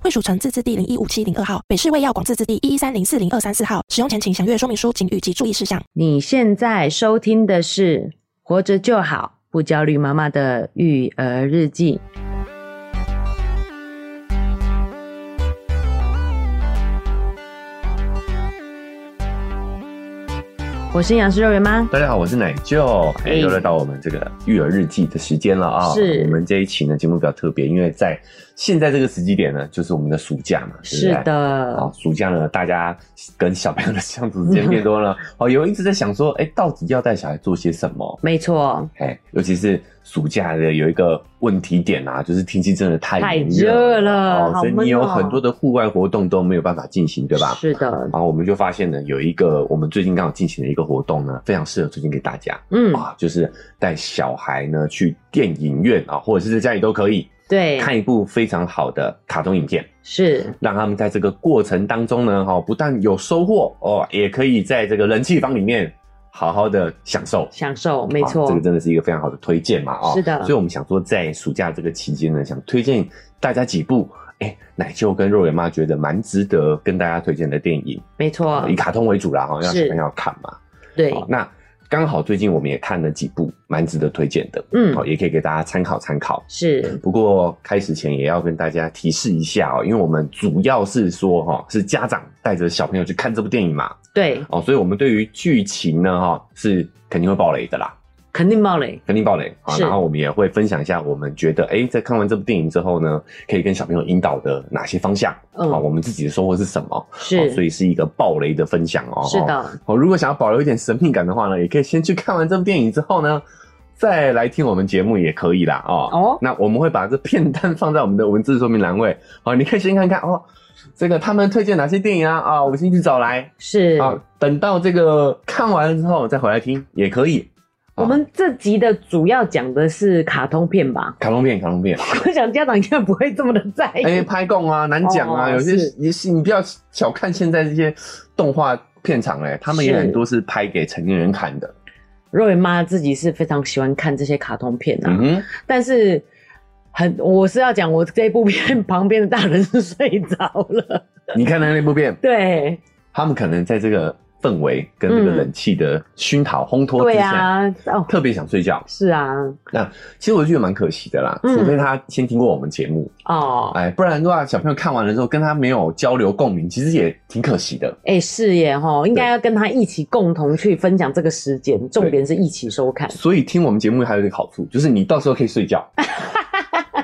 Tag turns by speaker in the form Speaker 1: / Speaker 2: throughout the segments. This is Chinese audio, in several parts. Speaker 1: 惠蜀城自治地零一五七零二号，北市卫药广自治地一一三零四零二三四号。使用前请详阅说明书请及注意事项。
Speaker 2: 你现在收听的是《活着就好，不焦虑妈妈的育儿日记》。我是营养师肉圆妈，
Speaker 3: 大家好，我是奶舅，
Speaker 2: 哎
Speaker 3: 哎、又来到我们这个育儿日记的时间了啊、
Speaker 2: 是
Speaker 3: 我们这一期呢节目比较特别，因为在现在这个时机点呢，就是我们的暑假嘛，对不
Speaker 2: 是
Speaker 3: 对。
Speaker 2: 的
Speaker 3: 好，，暑假呢，大家跟小朋友的相处时间 变多了。哦，有人一直在想说，哎、到底要带小孩做些什么？
Speaker 2: 没错，
Speaker 3: 哎，尤其是暑假的有一个问题点啊，就是天气真的太
Speaker 2: 太
Speaker 3: 炎
Speaker 2: 热了
Speaker 3: 哦，
Speaker 2: 好
Speaker 3: 所以
Speaker 2: 闷
Speaker 3: 你有
Speaker 2: 哦
Speaker 3: 很多的户外活动都没有办法进行，对吧？
Speaker 2: 是的，
Speaker 3: 然后我们就发现呢，有一个我们最近刚好进行的一个活动呢，非常适合推荐给大家
Speaker 2: 嗯，
Speaker 3: 啊，就是带小孩呢去电影院啊，或者是在家里都可以
Speaker 2: 对，
Speaker 3: 看一部非常好的卡通影片，
Speaker 2: 是
Speaker 3: 让他们在这个过程当中呢，哈、不但有收获哦，也可以在这个人气房里面好好的享受。
Speaker 2: 享受，哦没
Speaker 3: 啊
Speaker 2: 错
Speaker 3: 这个，真的是一个非常好的推荐嘛啊、
Speaker 2: 是的
Speaker 3: 所以我们想说，在暑假这个期间呢，想推荐大家几部，哎、奶舅跟肉圆妈觉得蛮值得跟大家推荐的电影。
Speaker 2: 没错
Speaker 3: 以，卡通为主啦，哈，让
Speaker 2: 哦是
Speaker 3: 小朋友看嘛。
Speaker 2: 对，
Speaker 3: 好那刚好最近我们也看了几部蛮值得推荐的，
Speaker 2: 嗯
Speaker 3: 好，也可以给大家参考参考。
Speaker 2: 是
Speaker 3: 不过开始前也要跟大家提示一下哦，因为我们主要是说哈、是家长带着小朋友去看这部电影嘛，
Speaker 2: 对，
Speaker 3: 哦，所以我们对于剧情呢哈、是肯定会爆雷的啦，
Speaker 2: 肯定冒雷，
Speaker 3: 肯定爆雷啊。
Speaker 2: 是
Speaker 3: 然后我们也会分享一下我们觉得哎、诶在看完这部电影之后呢，可以跟小朋友引导的哪些方向，
Speaker 2: 嗯
Speaker 3: 啊，我们自己的收获是什么，哦
Speaker 2: 是，
Speaker 3: 所以是一个爆雷的分享哦。
Speaker 2: 是的，
Speaker 3: 哦，如果想要保留一点神秘感的话呢，也可以先去看完这部电影之后呢，再来听我们节目也可以啦哦。
Speaker 2: 哦
Speaker 3: 那我们会把这片单放在我们的文字说明栏位，哦，你可以先看看哦，这个他们推荐哪些电影啊？啊、我们先去找来
Speaker 2: 是
Speaker 3: 啊、等到这个看完了之后再回来听也可以。
Speaker 2: 我们这集的主要讲的是卡通片吧？
Speaker 3: 卡通片，卡通片，
Speaker 2: 我想家长应该不会这么的在意。
Speaker 3: 哎、拍供啊，难讲啊，
Speaker 2: 哦
Speaker 3: 有些
Speaker 2: 是
Speaker 3: 也是你不要小看现在这些动画片场哎、他们也
Speaker 2: 是
Speaker 3: 很多是拍给成年人看的。
Speaker 2: 若云妈自己是非常喜欢看这些卡通片啊，
Speaker 3: 嗯哼。
Speaker 2: 但是很，我是要讲我这部片旁边的大人是睡着了。
Speaker 3: 你看的那部片，
Speaker 2: 对，
Speaker 3: 他们可能在这个氛围跟这个冷气的熏陶烘托
Speaker 2: 对
Speaker 3: 之下，
Speaker 2: 啊，哦，
Speaker 3: 特别想睡觉。
Speaker 2: 是啊，
Speaker 3: 那其实我觉得蛮可惜的啦，
Speaker 2: 嗯
Speaker 3: 除非他先听过我们节目，
Speaker 2: 哦，
Speaker 3: 哎，不然的话，小朋友看完了之后跟他没有交流共鸣，其实也挺可惜的。
Speaker 2: 哎、是耶哈，应该要跟他一起共同去分享这个时间，重点是一起收看。
Speaker 3: 所以听我们节目还有一个好处，就是你到时候可以 睡觉。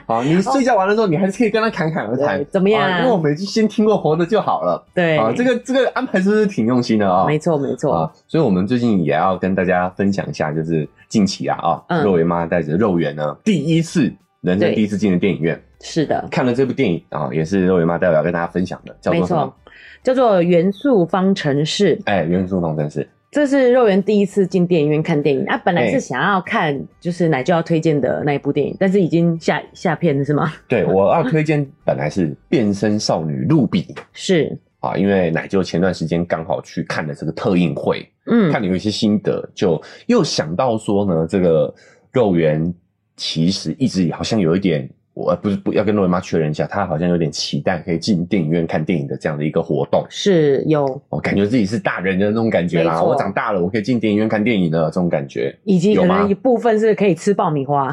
Speaker 3: 好，你睡觉完了之后，你还是可以跟他侃侃而谈
Speaker 2: 哦对，怎么样
Speaker 3: 啊因为我们已经先听过活的就好了。
Speaker 2: 对，
Speaker 3: 啊，这个这个安排是不是挺用心的啊？
Speaker 2: 没错没错，
Speaker 3: 啊，所以我们最近也要跟大家分享一下，就是近期啊啊，
Speaker 2: 嗯
Speaker 3: 肉圆妈带着肉圆呢，第一次人生
Speaker 2: 对
Speaker 3: 第一次进的电影院，
Speaker 2: 是的，
Speaker 3: 看了这部电影啊，也是肉圆妈待会要跟大家分享的，叫
Speaker 2: 没
Speaker 3: 做什
Speaker 2: 错
Speaker 3: 么？，
Speaker 2: 叫做《元素方程式》。
Speaker 3: 哎，《元素方程式》
Speaker 2: 这是肉圆第一次进电影院看电影，啊，本来是想要看就是奶就要推荐的那一部电影，但是已经下下片了是 吗？
Speaker 3: 对我要推荐本来是《变身少女露比》
Speaker 2: 是，
Speaker 3: 啊，因为奶舅前段时间刚好去看了这个特映会，
Speaker 2: 嗯，
Speaker 3: 看了有一些心得，就又想到说呢，这个肉圆其实一直好像有一点，我呃不是不要跟肉圆妈确认一下，她好像有点期待可以进电影院看电影的这样的一个活动，
Speaker 2: 是有，
Speaker 3: 我、感觉自己是大人的那种感
Speaker 2: 哦
Speaker 3: 觉
Speaker 2: 没
Speaker 3: 啦，
Speaker 2: 错
Speaker 3: 我长大了，我可以进电影院看电影了，这种感觉。
Speaker 2: 以及
Speaker 3: 有
Speaker 2: 可
Speaker 3: 吗
Speaker 2: 能一部分是可以吃爆米花，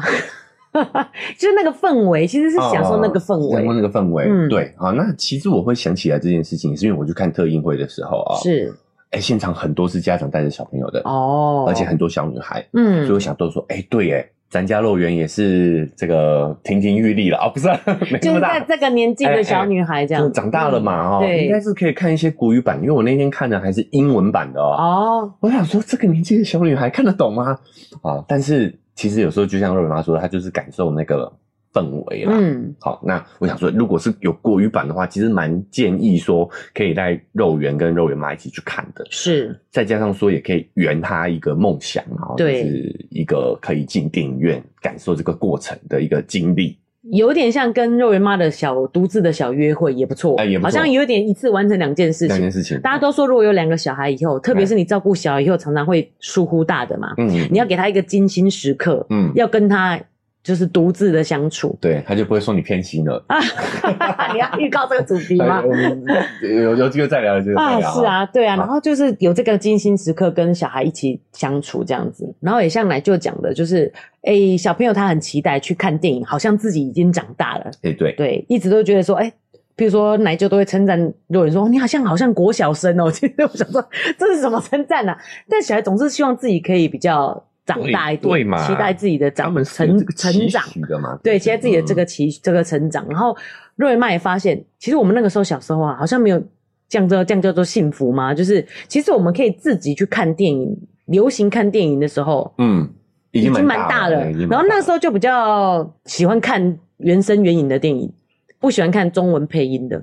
Speaker 2: 就是那个氛围，其实是享受那个氛
Speaker 3: 享受那
Speaker 2: 围，
Speaker 3: 个氛围。
Speaker 2: 嗯
Speaker 3: 对啊，那其实我会想起来这件事情，是因为我去看特映会的时候啊，
Speaker 2: 是
Speaker 3: 哎、现场很多是家长带着小朋友的，
Speaker 2: 哦，
Speaker 3: 而且很多小女孩，所以
Speaker 2: 嗯
Speaker 3: 我，想都说，哎、对，哎，咱家肉圆也是这个亭亭玉立了啊，不是、啊，没
Speaker 2: 就
Speaker 3: 那么
Speaker 2: 是
Speaker 3: 大，哎
Speaker 2: 在这个年纪的小女孩这样
Speaker 3: 就，长大了嘛，哦，
Speaker 2: 对
Speaker 3: 应该是可以看一些国语版，因为我那天看的还是英文版的哦。
Speaker 2: 哦，
Speaker 3: 我想说，这个年纪的哦小女孩看得懂吗？啊，但是其实有时候就像肉圆妈说的，她就是感受那个氛围啦。
Speaker 2: 嗯，
Speaker 3: 好，那我想说，如果是有国语版的话，其实蛮建议说可以带肉圆跟肉圆妈一起去看的。
Speaker 2: 是
Speaker 3: 再加上说，也可以圆他一个梦想嘛，哦
Speaker 2: 对
Speaker 3: 就是一个可以进电影院感受这个过程的一个经历。
Speaker 2: 有点像跟肉圆妈的小独自的小约会也不错，
Speaker 3: 哎也不错
Speaker 2: 好像有点一次完成两件事
Speaker 3: 两件
Speaker 2: 情。
Speaker 3: 事情，
Speaker 2: 大家都说，如果有两个小孩以后，特别是你照顾小以后，常常会疏忽大的嘛。
Speaker 3: 嗯，
Speaker 2: 你要给他一个精心时刻，
Speaker 3: 嗯，。
Speaker 2: 要跟他就是独自的相处啊
Speaker 3: 对，他就不会说你偏心了。
Speaker 2: 你要预告这个主题吗
Speaker 3: 哎？我们有有机会再聊，有机会再
Speaker 2: 啊，
Speaker 3: 聊。
Speaker 2: 是，啊，对啊，
Speaker 3: 哎好
Speaker 2: 然后就是有这个精心时刻跟小孩一起相处这样子，然后也像奶舅讲的，就是诶、小朋友他很期待去看电影，好像自己已经长大了，
Speaker 3: 哎对，
Speaker 2: 对，一直都觉得说，哎、比如说奶舅都会称赞有人说哦你好像好像国小生哦，其 实我想说这是什么称赞呢、啊但小孩总是希望自己可以比较长大一点，
Speaker 3: 对对嘛
Speaker 2: 期待自己的
Speaker 3: 他
Speaker 2: 长
Speaker 3: 们是有
Speaker 2: 成
Speaker 3: 这个
Speaker 2: 成
Speaker 3: 期
Speaker 2: 长，
Speaker 3: 许的嘛，
Speaker 2: 对，
Speaker 3: 不
Speaker 2: 期待自己的这个
Speaker 3: 嗯
Speaker 2: 期、这个成长。然后瑞妈也发现，其实我们那个时候小时候啊，好像没有这样叫这样叫做幸福吗？就是其实我们可以自己去看电影，流行看电影的时候
Speaker 3: 嗯，已经
Speaker 2: 蛮大了。然后那时
Speaker 3: 候
Speaker 2: 候就比较喜欢看原声原影的电影，不喜欢看中文配音的。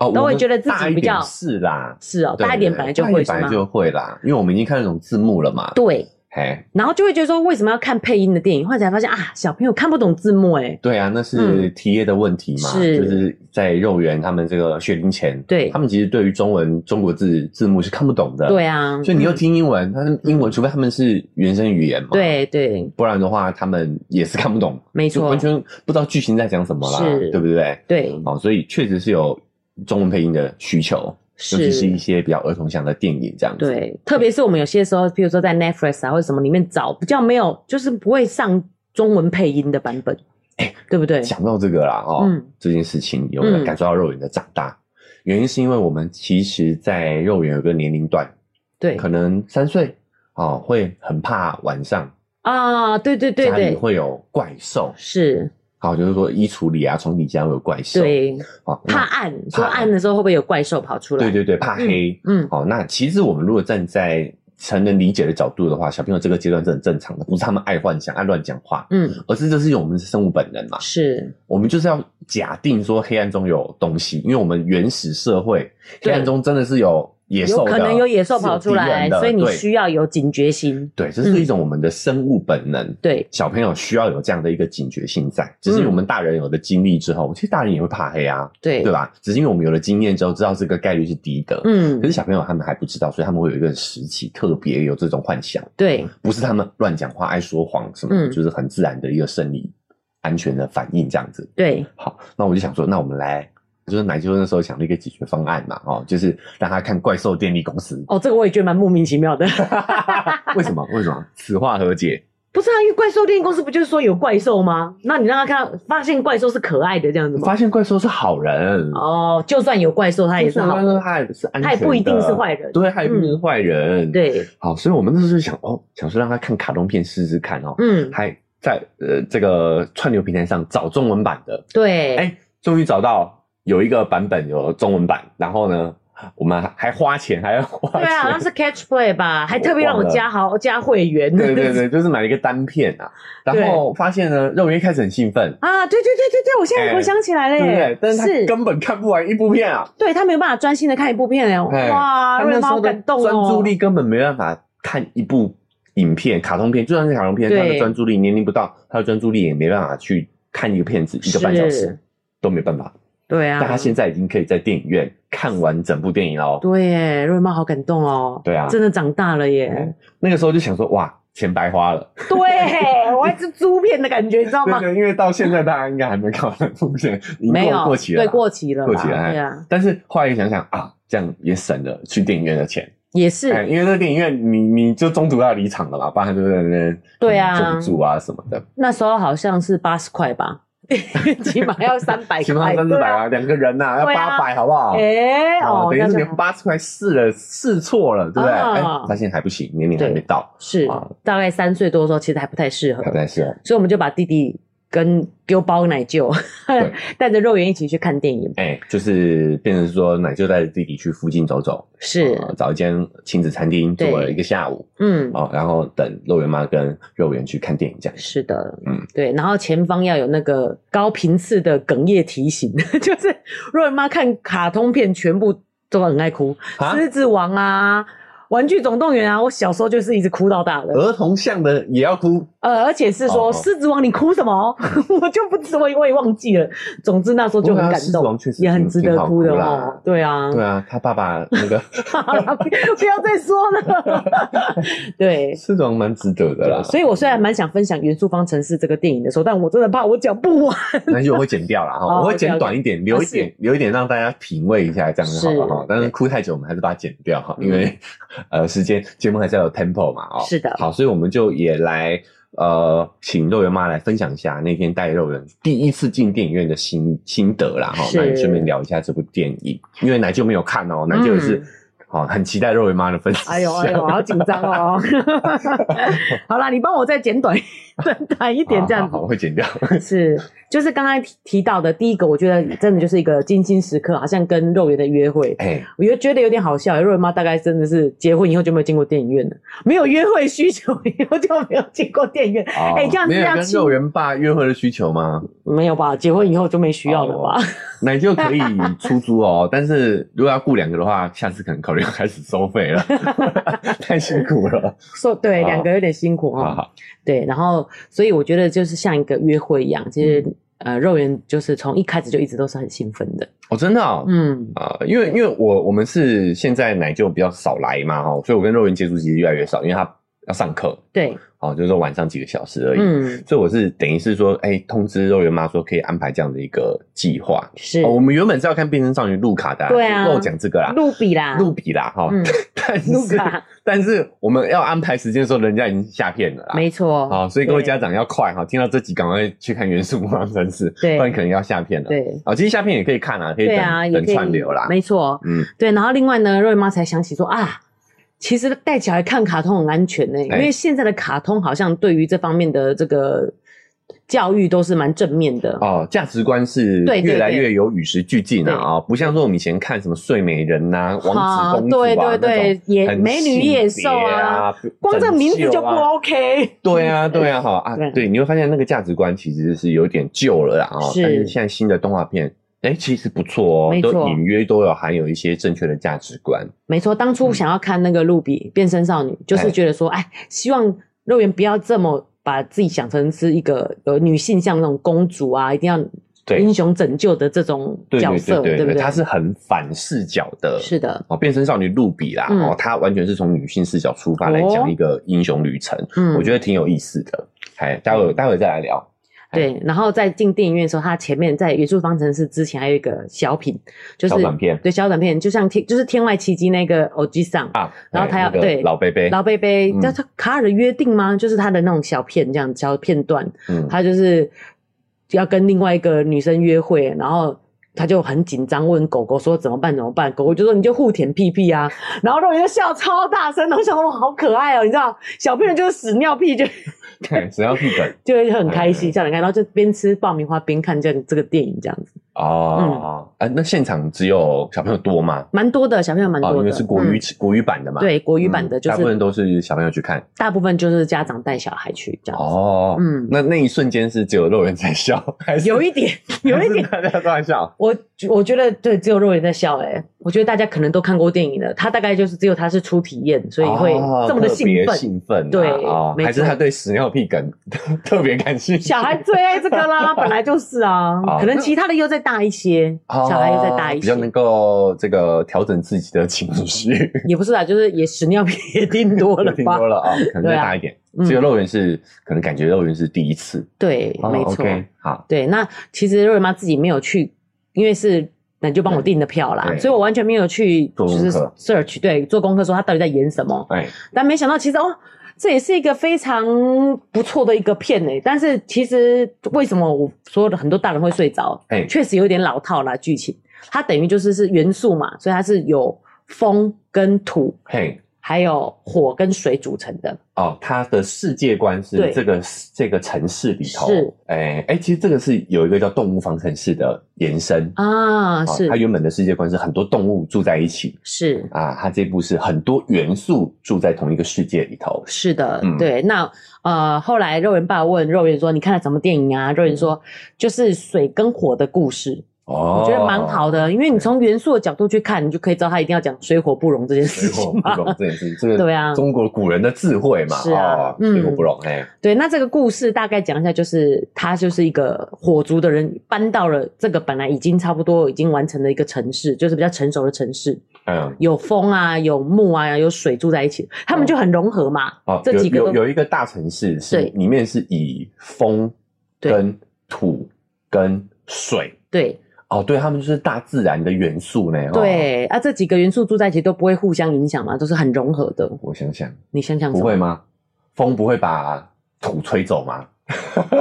Speaker 3: 哦，
Speaker 2: 然后
Speaker 3: 我
Speaker 2: 也
Speaker 3: 们
Speaker 2: 觉得自己
Speaker 3: 大一
Speaker 2: 比
Speaker 3: 点
Speaker 2: 较
Speaker 3: 是啦，
Speaker 2: 是哦，
Speaker 3: 对
Speaker 2: 大一点
Speaker 3: 对
Speaker 2: 本来
Speaker 3: 对
Speaker 2: 就
Speaker 3: 大一
Speaker 2: 会
Speaker 3: 点
Speaker 2: 是
Speaker 3: 本来
Speaker 2: 吗？
Speaker 3: 就会啦，因为我们已经看那种字幕了嘛。
Speaker 2: 对，
Speaker 3: 嘿，
Speaker 2: 然后就会觉得说，为什么要看配音的电影？后来才发现啊，小朋友看不懂字幕、欸，
Speaker 3: 对啊，那是体验的问题嘛，
Speaker 2: 是
Speaker 3: 就是在肉圆他们这个学龄前，
Speaker 2: 对
Speaker 3: 他们其实对于中文中国字字幕是看不懂的。
Speaker 2: 对啊，
Speaker 3: 所以你又
Speaker 2: 嗯
Speaker 3: 听英文，他们英文除非他们是原生语言嘛，，
Speaker 2: 对对，
Speaker 3: 不然的话他们也是看不懂，
Speaker 2: 没
Speaker 3: 就
Speaker 2: 错，
Speaker 3: 完全不知道剧情在讲什么啦，
Speaker 2: 是
Speaker 3: 对不对？
Speaker 2: 对
Speaker 3: 哦，所以确实是有中文配音的需求，尤其是一些比较儿童向的电影这样子。，
Speaker 2: 对，特别是我们有些时候，譬如说在 Netflix 啊或者什么里面找，比较没有，就是不会上中文配音的版本，对不对？
Speaker 3: 哎讲到这个啦，哦，
Speaker 2: 嗯
Speaker 3: 这件事情有没有感受到肉圆的长大？原因是因为我们其实，在肉圆有个年龄段，
Speaker 2: 对
Speaker 3: 可能三岁哦，会很怕晚上
Speaker 2: 啊，对对对
Speaker 3: 家里
Speaker 2: 对，
Speaker 3: 会有怪兽，
Speaker 2: 是，
Speaker 3: 好、就是说衣橱里啊、床底下会有怪兽，，
Speaker 2: 对，
Speaker 3: 好、哦，那
Speaker 2: 怕暗，说
Speaker 3: 怕暗
Speaker 2: 暗的时候会不会有怪兽跑出来？
Speaker 3: 对对对，怕黑，
Speaker 2: 嗯，
Speaker 3: 哦，那其实我们如果站在成人理解的角度的话，小朋友这个阶段是很正常的，不是他们爱幻想、爱乱讲话，
Speaker 2: 嗯
Speaker 3: 而是这是因为我们是生物本能嘛，
Speaker 2: 是，
Speaker 3: 我们就是要假定说黑暗中有东西，因为我们原始社会黑
Speaker 2: 对
Speaker 3: 暗中真的是有野兽
Speaker 2: 有
Speaker 3: 的，
Speaker 2: 可能有野兽跑
Speaker 3: 是
Speaker 2: 出
Speaker 3: 有敌人
Speaker 2: 来，
Speaker 3: 的
Speaker 2: 所以你
Speaker 3: 对
Speaker 2: 需要嗯有警觉心。
Speaker 3: 对，这是一种我们的生物本能。
Speaker 2: 对，
Speaker 3: 小朋友需要有这样的一个警觉性在，只
Speaker 2: 嗯
Speaker 3: 是我们大人有了经历之后，其实大人也会怕黑啊，
Speaker 2: 对，
Speaker 3: 对吧？只是因为我们有了经验之后，知道这个概率是低的，
Speaker 2: 嗯
Speaker 3: 可，是小朋友他们还不知道，所以他们会有一个时期特别有这种幻想，
Speaker 2: 对，
Speaker 3: 不是他们乱讲话、爱说谎什么的，
Speaker 2: 嗯
Speaker 3: 就是很自然的一个生理安全的反应这样子。
Speaker 2: 对，
Speaker 3: 好，那我就想说，那我们来，就是奶舅那时候想了一个解决方案嘛，哦，就是让他看《怪兽电力公 司，
Speaker 2: 哦，这个我也觉得蛮莫名其妙的。》
Speaker 3: 为什么？为什么？此话何解？
Speaker 2: 不是啊，因为怪兽电影公司不就是说有怪兽吗？那你让他看到，发现怪兽是可爱的这样子吗？
Speaker 3: 发现怪兽是好人，
Speaker 2: 哦，就算有怪兽，他也是好
Speaker 3: 就。是他也是安全的，
Speaker 2: 他也不一定是坏人嗯
Speaker 3: 对，他也不一定是坏人，。
Speaker 2: 对，
Speaker 3: 好，所以我们那时候就想，哦，想说让他看卡通片试试看哦，
Speaker 2: 嗯，
Speaker 3: 还在呃这个串流平台上找中文版的，
Speaker 2: 对，
Speaker 3: 哎、终于找到有一个版本有中文版，然后呢，我们还还花钱，还要花
Speaker 2: 对啊，好像
Speaker 3: 钱。
Speaker 2: 是 Catch Play 吧，还特别让我
Speaker 3: 忘了
Speaker 2: 加好加会 员。
Speaker 3: 对对对，就是买了一个单片啊，然后发现呢，肉圆一开始很兴奋，
Speaker 2: 啊，对对对对对，我现在
Speaker 3: 哎
Speaker 2: 回想起来了
Speaker 3: 对
Speaker 2: 耶，
Speaker 3: 不对？但是他
Speaker 2: 是
Speaker 3: 根本看不完一部片啊，
Speaker 2: 对他没有办法专心的看一部片哎，
Speaker 3: 哎
Speaker 2: 哇，
Speaker 3: 他
Speaker 2: 瑞
Speaker 3: 那时
Speaker 2: 妈
Speaker 3: 候
Speaker 2: 好
Speaker 3: 的
Speaker 2: 感动哦，
Speaker 3: 专注力根本没办法看一部影片、卡通片，就算是卡通片，
Speaker 2: 对
Speaker 3: 他的专注力年龄不到，他的专注力也没办法去看一个片子一个半小时
Speaker 2: 是，
Speaker 3: 都没办法。
Speaker 2: 对啊，
Speaker 3: 但他现在已经可以在电影院看完整部电影哦。
Speaker 2: 对耶，瑞妈好感动哦，
Speaker 3: 对啊
Speaker 2: 真的长大了耶
Speaker 3: 哎，那个时候就想说，哇，钱白花了。
Speaker 2: 对我还是租片的感觉，你知道
Speaker 3: 对
Speaker 2: 吗？
Speaker 3: 对，因为到现在大家应该还没看完那部片，已经
Speaker 2: 没有
Speaker 3: 过过期了啦，
Speaker 2: 对，过期了啦，
Speaker 3: 过期了。哎
Speaker 2: 对啊，，
Speaker 3: 但是后来想想啊，这样也省了去电影院的钱。
Speaker 2: 也是，
Speaker 3: 哎，因为那电影院你你就中途要离场了嘛，不然就在那边
Speaker 2: 对啊
Speaker 3: 坐不住啊什么的，
Speaker 2: 那时候好像是八十块吧， 起码要三百块，
Speaker 3: 起码三四百啊，两个人呐
Speaker 2: 哎
Speaker 3: 要
Speaker 2: 对啊
Speaker 3: 八百好不好？
Speaker 2: 哎、哦，，
Speaker 3: 哦等于
Speaker 2: 那
Speaker 3: 是
Speaker 2: 就
Speaker 3: 连八十块试了试错了，对不对？
Speaker 2: 啊
Speaker 3: 哎，发现还不行，年龄还没到，
Speaker 2: 是
Speaker 3: 啊
Speaker 2: 大概三岁多的时候，其实还不太适合
Speaker 3: 还，不太适合。
Speaker 2: 所以我们就把弟弟跟丢包奶舅
Speaker 3: 对，
Speaker 2: 带着肉圆一起去看电影，
Speaker 3: 哎、就是变成说奶就带着弟弟去附近走走，
Speaker 2: 是，
Speaker 3: 呃找一间亲子餐厅
Speaker 2: 对
Speaker 3: 坐了一个下午，
Speaker 2: 嗯，
Speaker 3: 哦，然后等肉圆妈跟肉圆去看电影这样。
Speaker 2: 是的，
Speaker 3: 嗯
Speaker 2: 嗯，对，然后前方要有那个高频次的哽咽提醒， 就是若圆妈看卡通片全部都很爱哭，
Speaker 3: 啊
Speaker 2: 狮子王》啊，《玩具总动员》啊，我小时候就是一直哭到大的，
Speaker 3: 儿童像的也要哭，
Speaker 2: 呃，而且是说
Speaker 3: 呃哦哦
Speaker 2: 《狮子王》，你哭什么？ 我就不知我也我也忘记了。总之那时候就很感
Speaker 3: 不过啊狮子
Speaker 2: 动
Speaker 3: 王确，实
Speaker 2: 也很值得哭的
Speaker 3: 挺好哭
Speaker 2: 哦
Speaker 3: 啦。
Speaker 2: 对啊，
Speaker 3: 对啊，他爸爸 那个
Speaker 2: 好了，不不要再说了。 对。
Speaker 3: 是种蛮值得的啦，
Speaker 2: 啊所以，我虽然蛮想分享《元素方程式》这个电影的时候，但我真的怕我讲不完。
Speaker 3: 那就我会剪掉了哈，
Speaker 2: 哦
Speaker 3: 我会剪短一点，留一点，留一点让大家品味一下，这样就好了哈
Speaker 2: 是。嗯
Speaker 3: 但是哭太久，我们还是把它剪掉哈，因为 呃，时间节目还是要有 tempo 嘛，哦，
Speaker 2: 是的
Speaker 3: 好，所以我们就也来呃，请肉圆妈来分享一下那天带肉圆第一次进电影院的心心得啦哈，
Speaker 2: 是
Speaker 3: 那也顺便聊一下这部电影，因为奶舅没有看哦，奶舅也是
Speaker 2: 嗯。
Speaker 3: 好，很期待肉圆妈的分享。
Speaker 2: 哎呦哎 呦，好紧张哦！好啦，你帮我再剪短 短短一点，这样
Speaker 3: 好
Speaker 2: 子
Speaker 3: 好 好我会 剪掉。
Speaker 2: 是，就是刚才提提到的第一个，我觉得真的就是一个精心时刻，好像跟肉圆的约会。
Speaker 3: 哎，
Speaker 2: 我就觉得有点好笑，瑞妈大概真的是结婚以后就没有进过电影院了，没有约会需求以后就没有进过电影院，
Speaker 3: 哦
Speaker 2: 哎这样子
Speaker 3: 没有
Speaker 2: 要
Speaker 3: 跟
Speaker 2: 亲
Speaker 3: 肉圆爸约会的需 求吗？
Speaker 2: 没有吧？结婚以后就没需要了
Speaker 3: 哦
Speaker 2: 吧？
Speaker 3: 奶就可以出租哦， 但是如果要雇两个的话，下次可能考虑开始收费 了，太辛苦了。
Speaker 2: 说对，
Speaker 3: 好
Speaker 2: 两个有点辛苦
Speaker 3: 啊好
Speaker 2: 哈、
Speaker 3: 好，
Speaker 2: 对，然后所以我觉得就是像一个约会一样，其实、
Speaker 3: 嗯
Speaker 2: 呃，肉圆就是从一开始就一直都是很兴奋的，
Speaker 3: 哦，真的哦，
Speaker 2: 嗯，
Speaker 3: 啊、因为因为我我们是现在奶就比较少来嘛，哦，所以我跟肉圆接触其实越来越少，因为他要上课，
Speaker 2: 对，
Speaker 3: 哦，就是说晚上几个小时而已。
Speaker 2: 嗯，
Speaker 3: 所以我是等于是说，哎、通知肉圆妈说可以安排这样的一个计划。
Speaker 2: 是
Speaker 3: 哦，我们原本是要看《变身少女路卡》的、
Speaker 2: 对啊
Speaker 3: 漏讲这个啦，
Speaker 2: 露比啦，
Speaker 3: 露比啦，哈、
Speaker 2: 嗯
Speaker 3: 但 是
Speaker 2: 路卡，
Speaker 3: 但是我们要安排时间的时候，人家已经下片了啦。
Speaker 2: 没错，
Speaker 3: 好，啊哦所以各位
Speaker 2: 对
Speaker 3: 家长要快哈，听到这集赶快去看《元素 方程式》，
Speaker 2: 对
Speaker 3: 不然可能要下片了。，
Speaker 2: 对。
Speaker 3: 啊，其实下片也可以看啊，可以
Speaker 2: 对
Speaker 3: 等、
Speaker 2: 啊，也
Speaker 3: 等
Speaker 2: 可以
Speaker 3: 串流啦。
Speaker 2: 没错，
Speaker 3: 嗯，
Speaker 2: 对，然后另外呢，瑞妈才想起说啊，其实带小孩看卡通很安全呢、
Speaker 3: 哎
Speaker 2: 因为现在的卡通好像对于这方面的这个教育都是蛮正面的。
Speaker 3: 哦，价值观是
Speaker 2: 对对
Speaker 3: 越来越有与时俱进
Speaker 2: 对
Speaker 3: 啊，啊，不像说我们以前看什么睡美人呐、
Speaker 2: 啊
Speaker 3: 王子公主
Speaker 2: 对
Speaker 3: 啊
Speaker 2: 对对
Speaker 3: 那种
Speaker 2: 也
Speaker 3: 很
Speaker 2: 美女野兽啊
Speaker 3: 性别啊，
Speaker 2: 光这个名字就
Speaker 3: 拯
Speaker 2: 不
Speaker 3: 救啊
Speaker 2: OK，
Speaker 3: 对啊，对啊，哈啊
Speaker 2: 嗯对，
Speaker 3: 对，你会发现那个价值观其实是有点旧了啦啊、
Speaker 2: 是
Speaker 3: 但是现在新的动画片，哎，其实不错哦
Speaker 2: 没，错
Speaker 3: 都隐约都有含有一些正确的价值观。
Speaker 2: 没错。当初想要看那个露比变身少女，就
Speaker 3: 嗯哎
Speaker 2: 是觉得说，哎，希望肉圆不要这么把自己想成是一个有女性像那种公主啊，一定要
Speaker 3: 对
Speaker 2: 英雄拯救的这种
Speaker 3: 对
Speaker 2: 角
Speaker 3: 对
Speaker 2: 色，
Speaker 3: 对
Speaker 2: 不
Speaker 3: 对，
Speaker 2: 对？
Speaker 3: 它是很反视角的。
Speaker 2: 是的，
Speaker 3: 哦，变身少女露比啦，
Speaker 2: 嗯
Speaker 3: 哦，她完全是从女性视角出发
Speaker 2: 哦
Speaker 3: 来讲一个英雄旅程，
Speaker 2: 嗯，
Speaker 3: 我觉得挺有意思的。哎，待会待会再来聊。
Speaker 2: 对，然后在进电影院的时候，它前面在《元素方程式》之前还有一个小品，就是
Speaker 3: 小短片
Speaker 2: 对小短片，就像天就是《天外奇迹》那个 o g 上
Speaker 3: 啊，
Speaker 2: 然后他要
Speaker 3: 那个
Speaker 2: 对
Speaker 3: 老贝贝，
Speaker 2: 老贝贝
Speaker 3: 嗯，
Speaker 2: 叫他卡尔的约定吗？就是他的那种小片这样小片段，
Speaker 3: 嗯，
Speaker 2: 他就是要跟另外一个女生约会，然后。他就很紧张，问狗狗说怎么办？怎么办？狗狗就说你就互舔屁屁啊，然后肉圆就笑超大声，然后想说哇好可爱哦，你知道小朋友就是屎尿屁就
Speaker 3: 对，只要剧本
Speaker 2: 就会很开心，
Speaker 3: 嗯
Speaker 2: 笑得很开心，然后就边吃爆米花边看这样这个电影这样子，嗯
Speaker 3: 哦，啊，那现场只有小朋友多吗？
Speaker 2: 蛮多的小朋友蛮
Speaker 3: 哦，
Speaker 2: 多
Speaker 3: 因
Speaker 2: 的，
Speaker 3: 为是国语
Speaker 2: 嗯
Speaker 3: 国语版的嘛，
Speaker 2: 对国
Speaker 3: 国
Speaker 2: 语版的，就
Speaker 3: 嗯大部分
Speaker 2: 是
Speaker 3: 都是小朋友去看。
Speaker 2: 大部分就是家长带小孩去这样子，
Speaker 3: 哦，
Speaker 2: 嗯
Speaker 3: 那那一瞬间是只有肉人在笑， 还是
Speaker 2: 有一点 有一点
Speaker 3: 还，是大家都在笑？
Speaker 2: 我我觉得对只有肉眼在笑哎、我觉得大家可能都看过电影了，他大概就是只有他是初体验，所以会
Speaker 3: 哦
Speaker 2: 这么的
Speaker 3: 特别
Speaker 2: 兴奋。
Speaker 3: 兴奋啊，
Speaker 2: 对
Speaker 3: 哦
Speaker 2: 没错
Speaker 3: 还是他对屎尿屁梗 特别感兴趣。
Speaker 2: 小孩最爱这个啦，本来就是啊
Speaker 3: 哦，
Speaker 2: 可能其他的又再大一些，
Speaker 3: 哦
Speaker 2: 小孩又再大一
Speaker 3: 比较
Speaker 2: 些，
Speaker 3: 能够这个调整自己的情绪，
Speaker 2: 也不是啊，就是也屎尿屁也听 多了
Speaker 3: 听
Speaker 2: 吧
Speaker 3: 多，了啊，可能再
Speaker 2: 对啊
Speaker 3: 大一点。
Speaker 2: 嗯
Speaker 3: 只有肉圆是可能感觉肉圆是第一次，
Speaker 2: 对，
Speaker 3: 哦
Speaker 2: 没错。
Speaker 3: OK，好，
Speaker 2: 对，那其实瑞妈自己没有去，因为是奶就帮我订的票啦
Speaker 3: 对，
Speaker 2: 所以我完全没有去
Speaker 3: 做
Speaker 2: 就
Speaker 3: 功课
Speaker 2: 是 search 对做功课说他到底在演什么，
Speaker 3: 哎，
Speaker 2: 但没想到其实哦。这也是一个非常不错的一个片诶、但是其实为什么我说的很多大人会睡着？
Speaker 3: 哎
Speaker 2: 确实有点老套啦，剧情它等于就是是元素嘛，所以它是有风跟土，
Speaker 3: 嘿，
Speaker 2: 还有火跟水组成的。
Speaker 3: 哦，他的世界观是
Speaker 2: 对
Speaker 3: 这个这个城市里头
Speaker 2: 是，
Speaker 3: 哎哎，其实这个是有一个叫动物方程式的延伸
Speaker 2: 啊，
Speaker 3: 哦
Speaker 2: 是
Speaker 3: 它原本的世界观是很多动物住在一起
Speaker 2: 是
Speaker 3: 啊，它这部是很多元素住在同一个世界里头，
Speaker 2: 是的，
Speaker 3: 嗯
Speaker 2: 对。那呃，后来肉圆爸问肉圆说：“你看了什么电影啊？”肉圆说：“就是水跟火的故事，
Speaker 3: 哦
Speaker 2: 我觉得蛮好的，因为你从元素的角度去看，你就可以知道他一定要讲水火不容这件
Speaker 3: 水
Speaker 2: 事
Speaker 3: 火
Speaker 2: 情
Speaker 3: 不
Speaker 2: 嘛。
Speaker 3: 容这件事，这个
Speaker 2: 对啊
Speaker 3: 中国古人的智慧嘛，
Speaker 2: 是啊
Speaker 3: 哦
Speaker 2: 嗯
Speaker 3: 水火不容，哎，
Speaker 2: 对，那这个故事大概讲一下，就是他就是一个火族的人搬到了这个本来已经差不多已经完成的一个城市，就是比较成熟的城市，
Speaker 3: 嗯，
Speaker 2: 有风啊，有木啊，有水住在一起，他们就很融合嘛。
Speaker 3: 哦，
Speaker 2: 这几个
Speaker 3: 有
Speaker 2: 都
Speaker 3: 有有一个大城市是
Speaker 2: 对
Speaker 3: 里面是以风
Speaker 2: 对
Speaker 3: 跟土跟水。
Speaker 2: 对
Speaker 3: 哦，对，他们就是大自然的元素呢。哦，
Speaker 2: 对啊，这几个元素住在一起都不会互相影响嘛，都是很融合的。
Speaker 3: 我想想，
Speaker 2: 你想想，
Speaker 3: 不会？吗？风不会把土吹走吗？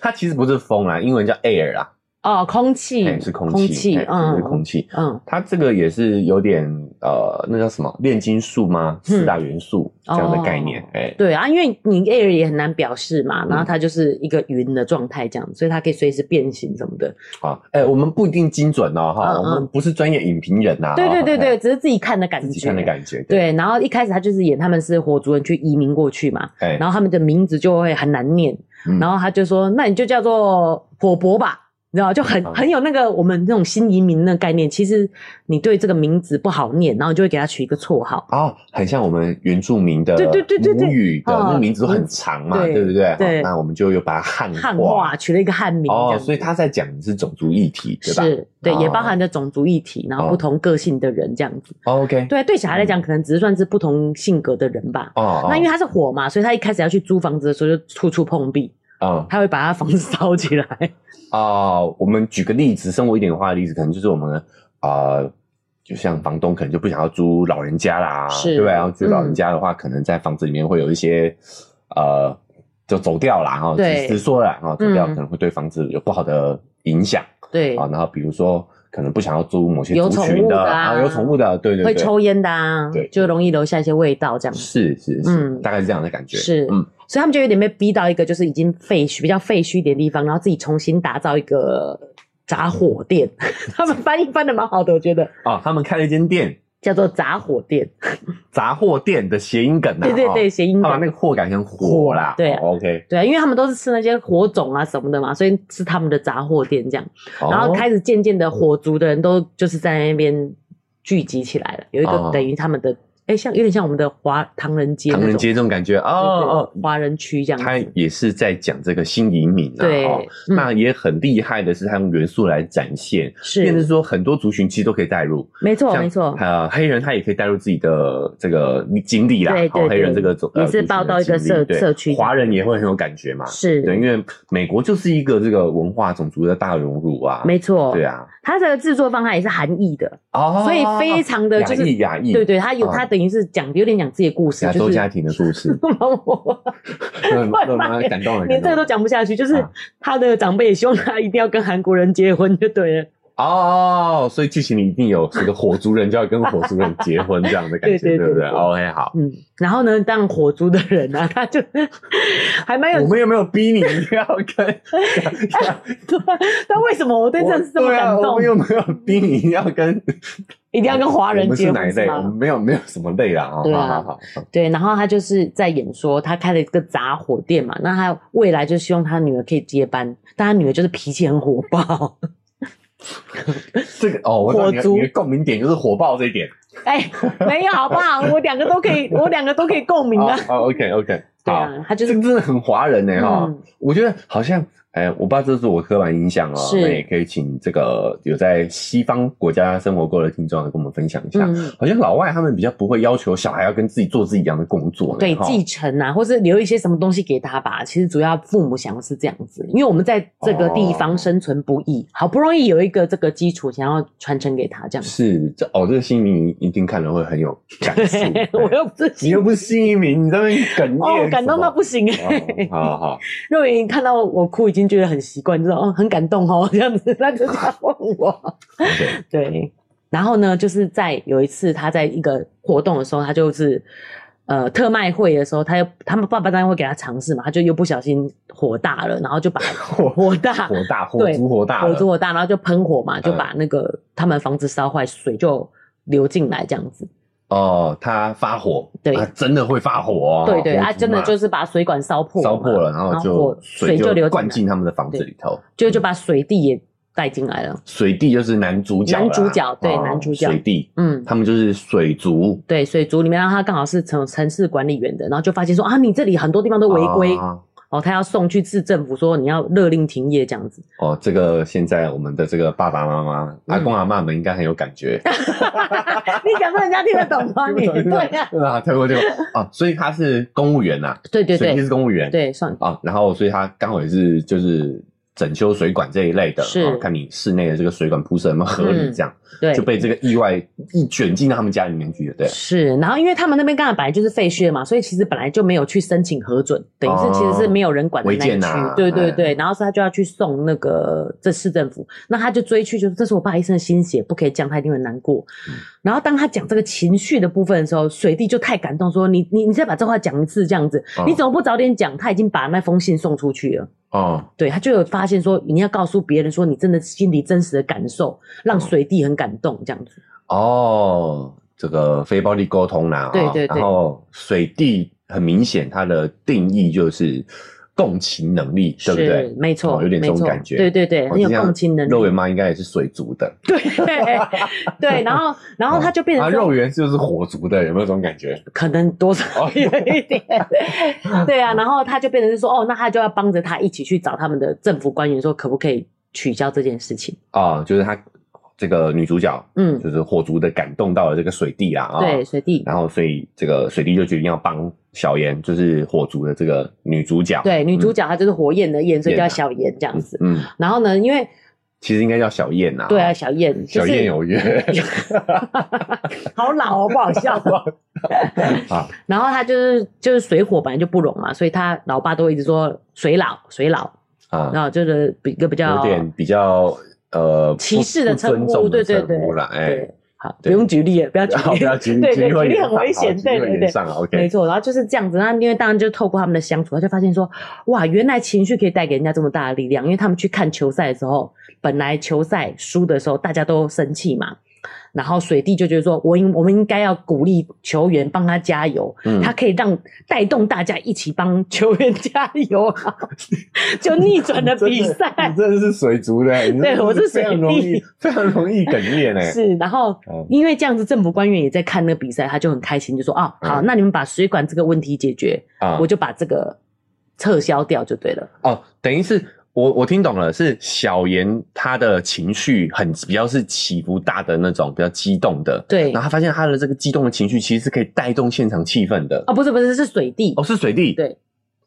Speaker 3: 它其实不是风啦，英文叫 air 啦，
Speaker 2: 哦，空气、
Speaker 3: 哎是空
Speaker 2: 空
Speaker 3: 气，
Speaker 2: 气，
Speaker 3: 哎
Speaker 2: 嗯，
Speaker 3: 是空气。
Speaker 2: 嗯，
Speaker 3: 它这个也是有点呃，那叫什么炼金术吗？四大元素这样的概念
Speaker 2: 嗯哦，
Speaker 3: 哎，
Speaker 2: 对啊，因为你 air 也很难表示嘛，然后
Speaker 3: 嗯
Speaker 2: 它就是一个云的状态这样，所以它可以随时变形什么的。
Speaker 3: 啊，哎，我们不一定精准哦，哈，
Speaker 2: 嗯嗯
Speaker 3: 我们不是专业影评人呐，
Speaker 2: 对对对
Speaker 3: 哦，
Speaker 2: 对，只是自己看的感
Speaker 3: 哎
Speaker 2: 觉，
Speaker 3: 自己看的感觉，，
Speaker 2: 对，然后一开始他就是演他们是火族人去移民过去嘛，
Speaker 3: 哎，
Speaker 2: 然后他们的名字就会很难念，
Speaker 3: 嗯
Speaker 2: 然后他就说，那你就叫做火博吧，你知道，就很
Speaker 3: 嗯
Speaker 2: 很有那个我们那种新移民的概念。其实你对这个名字不好念，然后你就会给他取一个绰号。
Speaker 3: 啊，很像我们原住民的
Speaker 2: 对对对对对
Speaker 3: 母语的
Speaker 2: 哦
Speaker 3: 那名字都很长嘛，
Speaker 2: 对
Speaker 3: 对不对？
Speaker 2: 对
Speaker 3: 哦那我们就又把它汉
Speaker 2: 汉化取了一个汉名，这
Speaker 3: 嗯哦，
Speaker 2: 样子
Speaker 3: 所以他在讲的是种族议题，对吧？
Speaker 2: 是对，也包
Speaker 3: 哦
Speaker 2: 含着种族议题，然后不
Speaker 3: 哦
Speaker 2: 同个性的人这样子。
Speaker 3: 哦 OK，
Speaker 2: 对，对小孩来讲，可能只是算是不同性格的人吧。
Speaker 3: 哦，哦
Speaker 2: 那因为他是火嘛，所以他一开始要去租房子的时候就处处碰壁，
Speaker 3: 嗯
Speaker 2: 他会把他房子 烧起来。
Speaker 3: 哦，我们举个例子，生活一点化的例子，可能就是我们啊、呃就像房东可能就不想要租老人家啦，
Speaker 2: 是
Speaker 3: 对吧？然后租老人家的话，可能在房子里面会有一些呃，就走掉啦，哈，
Speaker 2: 对
Speaker 3: 直说啦，哦哈，走掉
Speaker 2: 嗯
Speaker 3: 可能会对房子有不好的影响
Speaker 2: 对，
Speaker 3: 啊。然后比如说，可能不想要租某些
Speaker 2: 有
Speaker 3: 族
Speaker 2: 宠
Speaker 3: 群
Speaker 2: 物
Speaker 3: 的
Speaker 2: 的啊
Speaker 3: 有宠物的，对对对，
Speaker 2: 会抽烟的啊
Speaker 3: 对，
Speaker 2: 就容易留下一些味道这样子。
Speaker 3: 是是是，
Speaker 2: 嗯
Speaker 3: 大概是这样的感觉，
Speaker 2: 是
Speaker 3: 嗯，
Speaker 2: 所以他们就有点被逼到一个就是已经废墟、比较废墟一点的地方，然后自己重新打造一个
Speaker 3: 嗯
Speaker 2: 杂火店。 他们翻译翻的蛮好的，我觉得
Speaker 3: 哦，他们开了一间店，
Speaker 2: 叫做杂火店。
Speaker 3: 杂货店的谐音梗呐、啊，
Speaker 2: 对对对，
Speaker 3: 哦，
Speaker 2: 谐音
Speaker 3: 他把
Speaker 2: 梗
Speaker 3: 那。个货改成火啦，
Speaker 2: 对啊
Speaker 3: 哦、，OK，
Speaker 2: 对啊，因为他们都是吃那些火种啊什么的嘛，所以是他们的杂货店这样。然后
Speaker 3: 哦
Speaker 2: 开始渐渐的，火族的人都就是在那边聚集起来了，有一
Speaker 3: 哦
Speaker 2: 个等于他们的，哎，像有点像我们的华唐人街那
Speaker 3: 唐
Speaker 2: 种，
Speaker 3: 人街这种感觉，
Speaker 2: 对
Speaker 3: 哦
Speaker 2: 对
Speaker 3: 哦，
Speaker 2: 华人区这样
Speaker 3: 他
Speaker 2: 子。
Speaker 3: 也是在讲这个新移民啊，
Speaker 2: 对
Speaker 3: 哦
Speaker 2: 嗯
Speaker 3: 那也很厉害的是，他用元素来展现，变成
Speaker 2: 是，
Speaker 3: 说很多族群其实都可以带入，
Speaker 2: 没错
Speaker 3: 像
Speaker 2: 没错。
Speaker 3: 呃，黑人他也可以带入自己的这个经历啦，
Speaker 2: 对对
Speaker 3: 哦黑人这
Speaker 2: 对
Speaker 3: 个种
Speaker 2: 也
Speaker 3: 呃
Speaker 2: 是
Speaker 3: 族群的
Speaker 2: 报道一个
Speaker 3: 经历
Speaker 2: 社
Speaker 3: 对
Speaker 2: 社区
Speaker 3: 华人也会很有感觉嘛，
Speaker 2: 是，
Speaker 3: 对，因为美国就是一个这个文化种族的大熔炉啊，
Speaker 2: 没错，
Speaker 3: 对，啊，
Speaker 2: 它这个制作方它也是韩裔的，
Speaker 3: 哦，
Speaker 2: 所以非常的就是
Speaker 3: 亚裔亚裔，
Speaker 2: 对对，它有
Speaker 3: 啊
Speaker 2: 它等于是讲有点讲自己的故事
Speaker 3: 亚，
Speaker 2: 就
Speaker 3: 洲
Speaker 2: 是，
Speaker 3: 家庭的故事
Speaker 2: 我
Speaker 3: 那那蛮感动了，
Speaker 2: 连这
Speaker 3: 感动
Speaker 2: 个都
Speaker 3: 了。
Speaker 2: 讲不下去，就是
Speaker 3: 啊
Speaker 2: 他的长辈也希望他一定要跟韩国人结婚就对了，
Speaker 3: 哦，所以剧情里一定有这个火族人就要跟火族人结婚这样的感觉，
Speaker 2: 对对对
Speaker 3: 不
Speaker 2: 对
Speaker 3: 对？OK，好，
Speaker 2: 嗯，然后呢，当火族的人啊，他就还蛮
Speaker 3: 我
Speaker 2: 有，
Speaker 3: 们有没有逼你一定要 跟？
Speaker 2: 但为什么我对这是这么
Speaker 3: 对
Speaker 2: 感
Speaker 3: 啊，我
Speaker 2: 动
Speaker 3: 们？有没有逼你一定要跟？
Speaker 2: 一 定要跟华人
Speaker 3: 我们
Speaker 2: 结
Speaker 3: 是哪一
Speaker 2: 婚
Speaker 3: 类？我们
Speaker 2: 吗？
Speaker 3: 没有没有什么类啦，哦
Speaker 2: 对啊
Speaker 3: 好好好，
Speaker 2: 对，然后他就是在演说，他开了一个杂货店嘛，那他未来就希望他女儿可以接班，但他女儿就是脾气很火爆，
Speaker 3: 这个哦，我知道你的
Speaker 2: 火族
Speaker 3: 你的共鸣点就是火爆这一点。
Speaker 2: 哎、没有好不好？我两个都可以，我两个都可以共鸣啊。
Speaker 3: 哦，OK OK，
Speaker 2: 对
Speaker 3: 好，
Speaker 2: 啊，他就
Speaker 3: 这
Speaker 2: 是
Speaker 3: 个哦真的很华人呢哈
Speaker 2: 嗯。
Speaker 3: 我觉得好像，哎，我不知道这是我刻板印象哦，
Speaker 2: 是
Speaker 3: 那也可以请这个有在西方国家生活过的听众来跟我们分享一下。
Speaker 2: 嗯，
Speaker 3: 好像老外他们比较不会要求小孩要跟自己做自己一样的工作呢，
Speaker 2: 对
Speaker 3: 哈
Speaker 2: 继承啊，或是留一些什么东西给他吧。其实主要父母想要是这样子，因为我们在这个地方生存不易，
Speaker 3: 哦
Speaker 2: 好不容易有一个这个基础，想要传承给他这样子。
Speaker 3: 是这哦，这个新移民一定看了会很有感触。哎
Speaker 2: 我又不
Speaker 3: 你
Speaker 2: 是
Speaker 3: 又不是新移民，你在那边哽咽什么，
Speaker 2: 哦，感动到不行哎、
Speaker 3: 哦 好好，
Speaker 2: 肉莹看到我哭已经 觉得很习惯，知道哦，很感动哦，这样子，那就这样问我。
Speaker 3: OK
Speaker 2: 对，然后呢，就是在有一次他在一个活动的时候，他就是呃特卖会的时候，他又他们爸爸当然会给他尝试嘛，他就又不小心火大了，然后就把
Speaker 3: 火
Speaker 2: 火大
Speaker 3: 火大，火
Speaker 2: 对
Speaker 3: 烛火大了，
Speaker 2: 火烛火大，然后就喷火嘛，就
Speaker 3: 嗯
Speaker 2: 把那个他们房子烧坏，水就流进来这样子。
Speaker 3: 哦，他发火，
Speaker 2: 对
Speaker 3: 他真的会发火哦，
Speaker 2: 对对，
Speaker 3: 火烛
Speaker 2: 啊，真的
Speaker 3: 嘛
Speaker 2: 就是把水管烧破嘛，
Speaker 3: 烧破了，然后就
Speaker 2: 火水
Speaker 3: 就
Speaker 2: 流
Speaker 3: 灌
Speaker 2: 来
Speaker 3: 进他们的房子里头，
Speaker 2: 就就把水弟也带进来了。
Speaker 3: 水地就是男主角啦，
Speaker 2: 男主角对
Speaker 3: 哦
Speaker 2: 男主角
Speaker 3: 水地，
Speaker 2: 嗯，
Speaker 3: 他们就是水族
Speaker 2: 对，水族里面，然后他刚好是城城市管理员的，然后就发现说啊，你这里很多地方都违规
Speaker 3: 哦
Speaker 2: 哦，他要送去市政府说你要勒令停业这样子。
Speaker 3: 哦，这个现在我们的这个爸爸妈
Speaker 2: 嗯
Speaker 3: 妈、阿公阿嬷们应该很有感 觉。
Speaker 2: 你讲的人家听得懂吗？啊你对呀，
Speaker 3: 对啊，跳过这个啊，所以他是公务员呐，
Speaker 2: 对对
Speaker 3: 水地
Speaker 2: 对
Speaker 3: 是公务员，
Speaker 2: 对，算
Speaker 3: 啊，然后所以他刚好也是就是整修水管这一类的，
Speaker 2: 是
Speaker 3: 哦看你室内的这个水管铺设有没有合理，
Speaker 2: 嗯
Speaker 3: 这样
Speaker 2: 对
Speaker 3: 就。被这个意外一卷进到他们家里面去了，对。
Speaker 2: 是，然后因为他们那边刚好本来就是废墟嘛，所以其实本来就没有去申请核准，等于是其实是没有人管的
Speaker 3: 哦违
Speaker 2: 那一
Speaker 3: 建
Speaker 2: 区，
Speaker 3: 啊
Speaker 2: 对对对。然后所以他就要去送那个这市政府，那他就追去，就是这是我爸一生的心血，不可以这样，他一定会难过。
Speaker 3: 嗯
Speaker 2: 然后当他讲这个情绪的部分的时候，水弟就太感动，说：“你你你再把这话讲一次，这样子，
Speaker 3: 哦
Speaker 2: 你怎么不早点讲？他已经把那封信送出去了。”
Speaker 3: 哦，
Speaker 2: 对他就有发现说，你要告诉别人说你真的心里真实的感受，让水弟很感动，这样子。
Speaker 3: 哦，这个非暴力沟通啦、啊，
Speaker 2: 对对对
Speaker 3: 然后水地很明显，它的定义就是共情能力，对不对
Speaker 2: 是？没错，
Speaker 3: 哦有点这种
Speaker 2: 没错
Speaker 3: 感觉
Speaker 2: 对对对，
Speaker 3: 哦
Speaker 2: 很有
Speaker 3: 这样
Speaker 2: 共情能力。
Speaker 3: 肉圆妈应该也是水族的，
Speaker 2: 对 对，然后然后他就变
Speaker 3: 啊，
Speaker 2: 成说
Speaker 3: 肉圆哦就是火族的，有没有这种感觉？
Speaker 2: 可能多少有一点，对啊，然后他就变成是说，哦，那他就要帮着他一起去找他们的政府官员，说可不可以取消这件事情？
Speaker 3: 啊、就是她这个女主角，
Speaker 2: 嗯，
Speaker 3: 就是火族的感动到了这个水地啦，啊、
Speaker 2: 对，水弟，
Speaker 3: 然后所以这个水滴就决定要帮小妍，就是火族的这个女主角。
Speaker 2: 对，女主角她就是火焰的焰，所以叫小焰这样子。
Speaker 3: 嗯，嗯，
Speaker 2: 然后呢，因为
Speaker 3: 其实应该叫小燕呐、
Speaker 2: 对啊，，小燕，就
Speaker 3: 小
Speaker 2: 是
Speaker 3: 燕有 约
Speaker 2: 好老哦，不好笑。
Speaker 3: 啊，
Speaker 2: 然后他就是就是水火本来就不容嘛，所以他老爸都一直说水老水老，然
Speaker 3: 啊，
Speaker 2: 后就是比一个比较
Speaker 3: 有点比较呃
Speaker 2: 歧视的称
Speaker 3: 不不尊
Speaker 2: 呼，
Speaker 3: 重
Speaker 2: 对
Speaker 3: 的
Speaker 2: 对
Speaker 3: 称
Speaker 2: 对
Speaker 3: 呼啦，，哎，
Speaker 2: 对，好，不
Speaker 3: 对
Speaker 2: 用举例了，不要举
Speaker 3: 然 后
Speaker 2: 例，
Speaker 3: 不要举
Speaker 2: 对
Speaker 3: 举
Speaker 2: 对，
Speaker 3: 例会
Speaker 2: 举例
Speaker 3: 演
Speaker 2: 很危险，对对对。
Speaker 3: 上啊
Speaker 2: 没
Speaker 3: ，OK，
Speaker 2: 错，然后就是这样子，那因为当然就透过他们的相处，他就发现说，哇，原来情绪可以带给人家这么大的力量。因为他们去看球赛的时候，本来球赛输的时候大家都生气嘛，然后水弟就觉得说，我应我们应该要鼓励球员帮他加油，
Speaker 3: 嗯
Speaker 2: 他可以让带动大家一起帮球员加油 啊，就逆转了比赛。
Speaker 3: 你真的是水族的，你真的
Speaker 2: 对我是
Speaker 3: 非常
Speaker 2: 水
Speaker 3: 容
Speaker 2: 滴
Speaker 3: 易非常容易哽咽哎，
Speaker 2: 是，然后
Speaker 3: 哦
Speaker 2: 因为这样子，政府官员也在看那个比赛，他就很开心，就说啊，好，
Speaker 3: 嗯
Speaker 2: 那你们把水管这个问题解决，
Speaker 3: 啊
Speaker 2: 我就把这个撤销掉就对了。
Speaker 3: 哦，等于是我我听懂了，是小妍她的情绪很比较是起伏大的那种，比较激动的。
Speaker 2: 对
Speaker 3: 然后她发现她的这个激动的情绪其实是可以带动现场气氛的。
Speaker 2: 哦，不是不是，是水地。
Speaker 3: 哦，是水弟。
Speaker 2: 对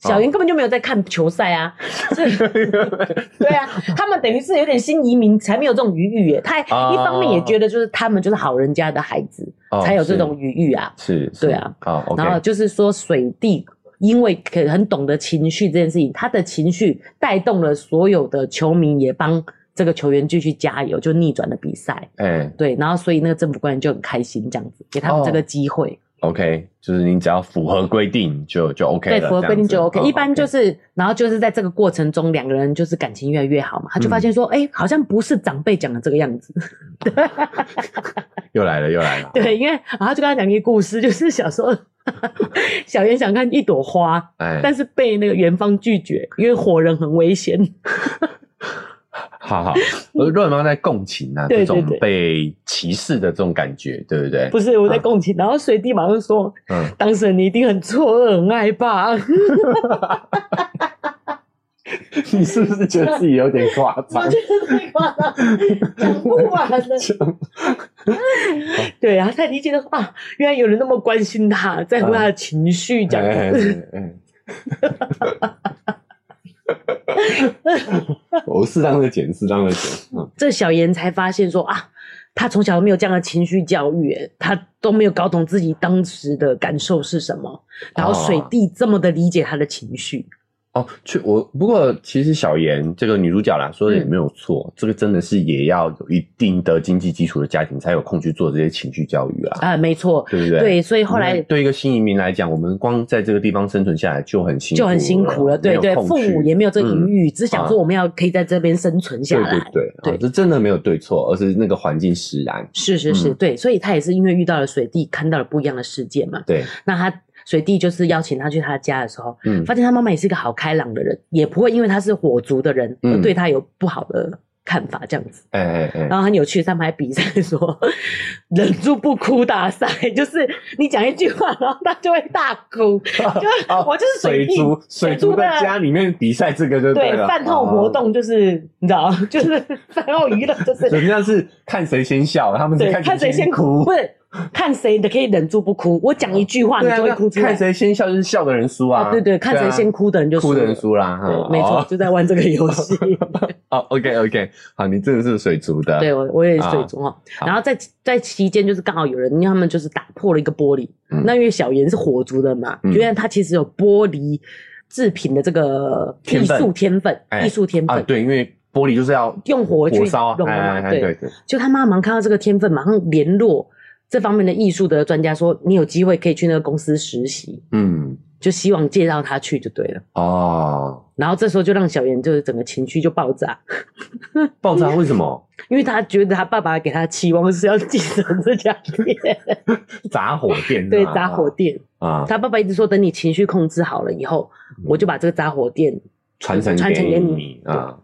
Speaker 2: 小云根本就没有在看球赛 啊，所以对啊，他们等于是有点新移民，才没有这种余裕耶。他
Speaker 3: 哦
Speaker 2: 一方面也觉得就是他们就是好人家的孩子，
Speaker 3: 哦
Speaker 2: 才有这种余裕啊。
Speaker 3: 是，是
Speaker 2: 对啊。
Speaker 3: 哦，OK，
Speaker 2: 然后就是说水弟。因为可很懂得情绪这件事情，他的情绪带动了所有的球迷，也帮这个球员继续加油，就逆转了比赛。
Speaker 3: 哎
Speaker 2: 对，然后所以那个政府官员就很开心，这样子给他们这个
Speaker 3: 哦
Speaker 2: 机会。
Speaker 3: ，OK，就是你只要符合规定就就 OK 了
Speaker 2: 对，符合
Speaker 3: 这样
Speaker 2: 规定
Speaker 3: 子
Speaker 2: 就 OK。
Speaker 3: 哦
Speaker 2: 一般就
Speaker 3: OK
Speaker 2: 是，然后就是在这个过程中，两个人就是感情越来越好嘛。他
Speaker 3: 嗯
Speaker 2: 就发现说，哎、好像不是长辈讲的这个样子。
Speaker 3: 又来了又来了。
Speaker 2: 对，因为然后就跟他讲一个故事，就是 小时候小圆想看一朵花，
Speaker 3: 哎，
Speaker 2: 但是被那个园方拒绝，因为火人很危险。
Speaker 3: 好好，呃若妈在共情啊，
Speaker 2: 对
Speaker 3: 这
Speaker 2: 对
Speaker 3: 种
Speaker 2: 对
Speaker 3: 被歧视的这种感觉，对不 对？
Speaker 2: 不是我在共情，然后水弟马上说，
Speaker 3: 嗯，
Speaker 2: 当事人你一定很错愕、很害怕。
Speaker 3: 你是不是觉得自己有点夸张
Speaker 2: 我？觉得太夸张了，讲不完了。 对啊，他理解到啊，原来有人那么关心他，在乎他的情绪，讲
Speaker 3: 哎
Speaker 2: 的
Speaker 3: 哎哎 我适当的减，适当的减。嗯，
Speaker 2: 这小妍才发现说啊，他从小没有这样的情绪教育，哎他都没有搞懂自己当时的感受是什么，然后水弟这么的理解他的情绪，
Speaker 3: 哦，去我不过其实小妍这个女主角啦，说的也没有错，这个真的是也要有一定的经济基础的家庭才有空去做这些情绪教育啦，
Speaker 2: 啊、没错，
Speaker 3: 对不对？
Speaker 2: 对，所以后来
Speaker 3: 你看对一个新移民来讲，我们光在这个地方生存下来就很辛苦，
Speaker 2: 就很辛苦了，对
Speaker 3: 没有
Speaker 2: 对，
Speaker 3: 空
Speaker 2: 父母
Speaker 3: 去
Speaker 2: 也没有这个
Speaker 3: 嗯
Speaker 2: 余裕，只想说我们要可以在这边生存下
Speaker 3: 对
Speaker 2: 来
Speaker 3: 对。对，
Speaker 2: 对
Speaker 3: 啊这真的没有对错，而是那个环境使然。
Speaker 2: 是是是，
Speaker 3: 嗯
Speaker 2: 对，所以他也是因为遇到了水弟，看到了不一样的世界嘛。
Speaker 3: 对，
Speaker 2: 那他水弟就是邀请他去他家的时候，
Speaker 3: 嗯
Speaker 2: 发现他妈妈也是一个好开朗的人，也不会因为他是火族的人
Speaker 3: 嗯
Speaker 2: 而对他有不好的看法这样子。
Speaker 3: 哎哎哎，
Speaker 2: 然后很有趣，他们还比赛说忍住不哭大赛，就是你讲一句话，然后他就会大哭。就、
Speaker 3: 哦
Speaker 2: 我就是
Speaker 3: 水
Speaker 2: 水弟，
Speaker 3: 族，水族
Speaker 2: 的
Speaker 3: 在家里面比赛这个就
Speaker 2: 对
Speaker 3: 了，
Speaker 2: 饭后活
Speaker 3: 哦。
Speaker 2: 动就是、你知道， 就是饭后娱乐 就是
Speaker 3: 人家是看谁先笑，他们是
Speaker 2: 对，看谁先
Speaker 3: 哭
Speaker 2: 不。是看谁的可以忍住不哭。我讲一句话，你
Speaker 3: 对啊
Speaker 2: 就会哭出
Speaker 3: 那
Speaker 2: 来。
Speaker 3: 看谁先笑就是笑的人输啊。
Speaker 2: 啊对对，看谁
Speaker 3: 啊
Speaker 2: 先哭的人就
Speaker 3: 哭的人
Speaker 2: 了
Speaker 3: 输啦。哈
Speaker 2: 对，没错，
Speaker 3: 哦
Speaker 2: 就在玩这个游戏。
Speaker 3: 哦，OK OK，好，你真的是水族的。
Speaker 2: 对，我我也是最终哦。
Speaker 3: 啊好
Speaker 2: 然后在在期间，就是刚好有人，因为他们就是打破了一个玻璃。
Speaker 3: 嗯
Speaker 2: 那因为小严是火族的嘛，
Speaker 3: 嗯
Speaker 2: 原来他其实有玻璃制品的这个
Speaker 3: 天
Speaker 2: 艺
Speaker 3: 分
Speaker 2: 术天分，
Speaker 3: 哎
Speaker 2: 艺术天
Speaker 3: 啊，
Speaker 2: 分。
Speaker 3: 对，因为玻璃就是要
Speaker 2: 用火去
Speaker 3: 火烧啊，
Speaker 2: 融
Speaker 3: 哎
Speaker 2: 嘛
Speaker 3: 哎哎
Speaker 2: 对
Speaker 3: 对对，
Speaker 2: 就他妈忙看到这个天分，马上联络这方面的艺术的专家，说你有机会可以去那个公司实习，
Speaker 3: 嗯，
Speaker 2: 就希望介绍他去就对了。
Speaker 3: 哦，
Speaker 2: 然后这时候就让小严就是整个情绪就爆炸，
Speaker 3: 爆炸为什么？
Speaker 2: 因为他觉得他爸爸给他的期望是要继承这家 店，
Speaker 3: 杂火店是
Speaker 2: 对
Speaker 3: 吧
Speaker 2: 杂火店。
Speaker 3: 啊，嗯
Speaker 2: 他爸爸一直说，等你情绪控制好了以后，我就把这个杂火店。
Speaker 3: 传承
Speaker 2: 传承给
Speaker 3: 你
Speaker 2: 你
Speaker 3: 啊，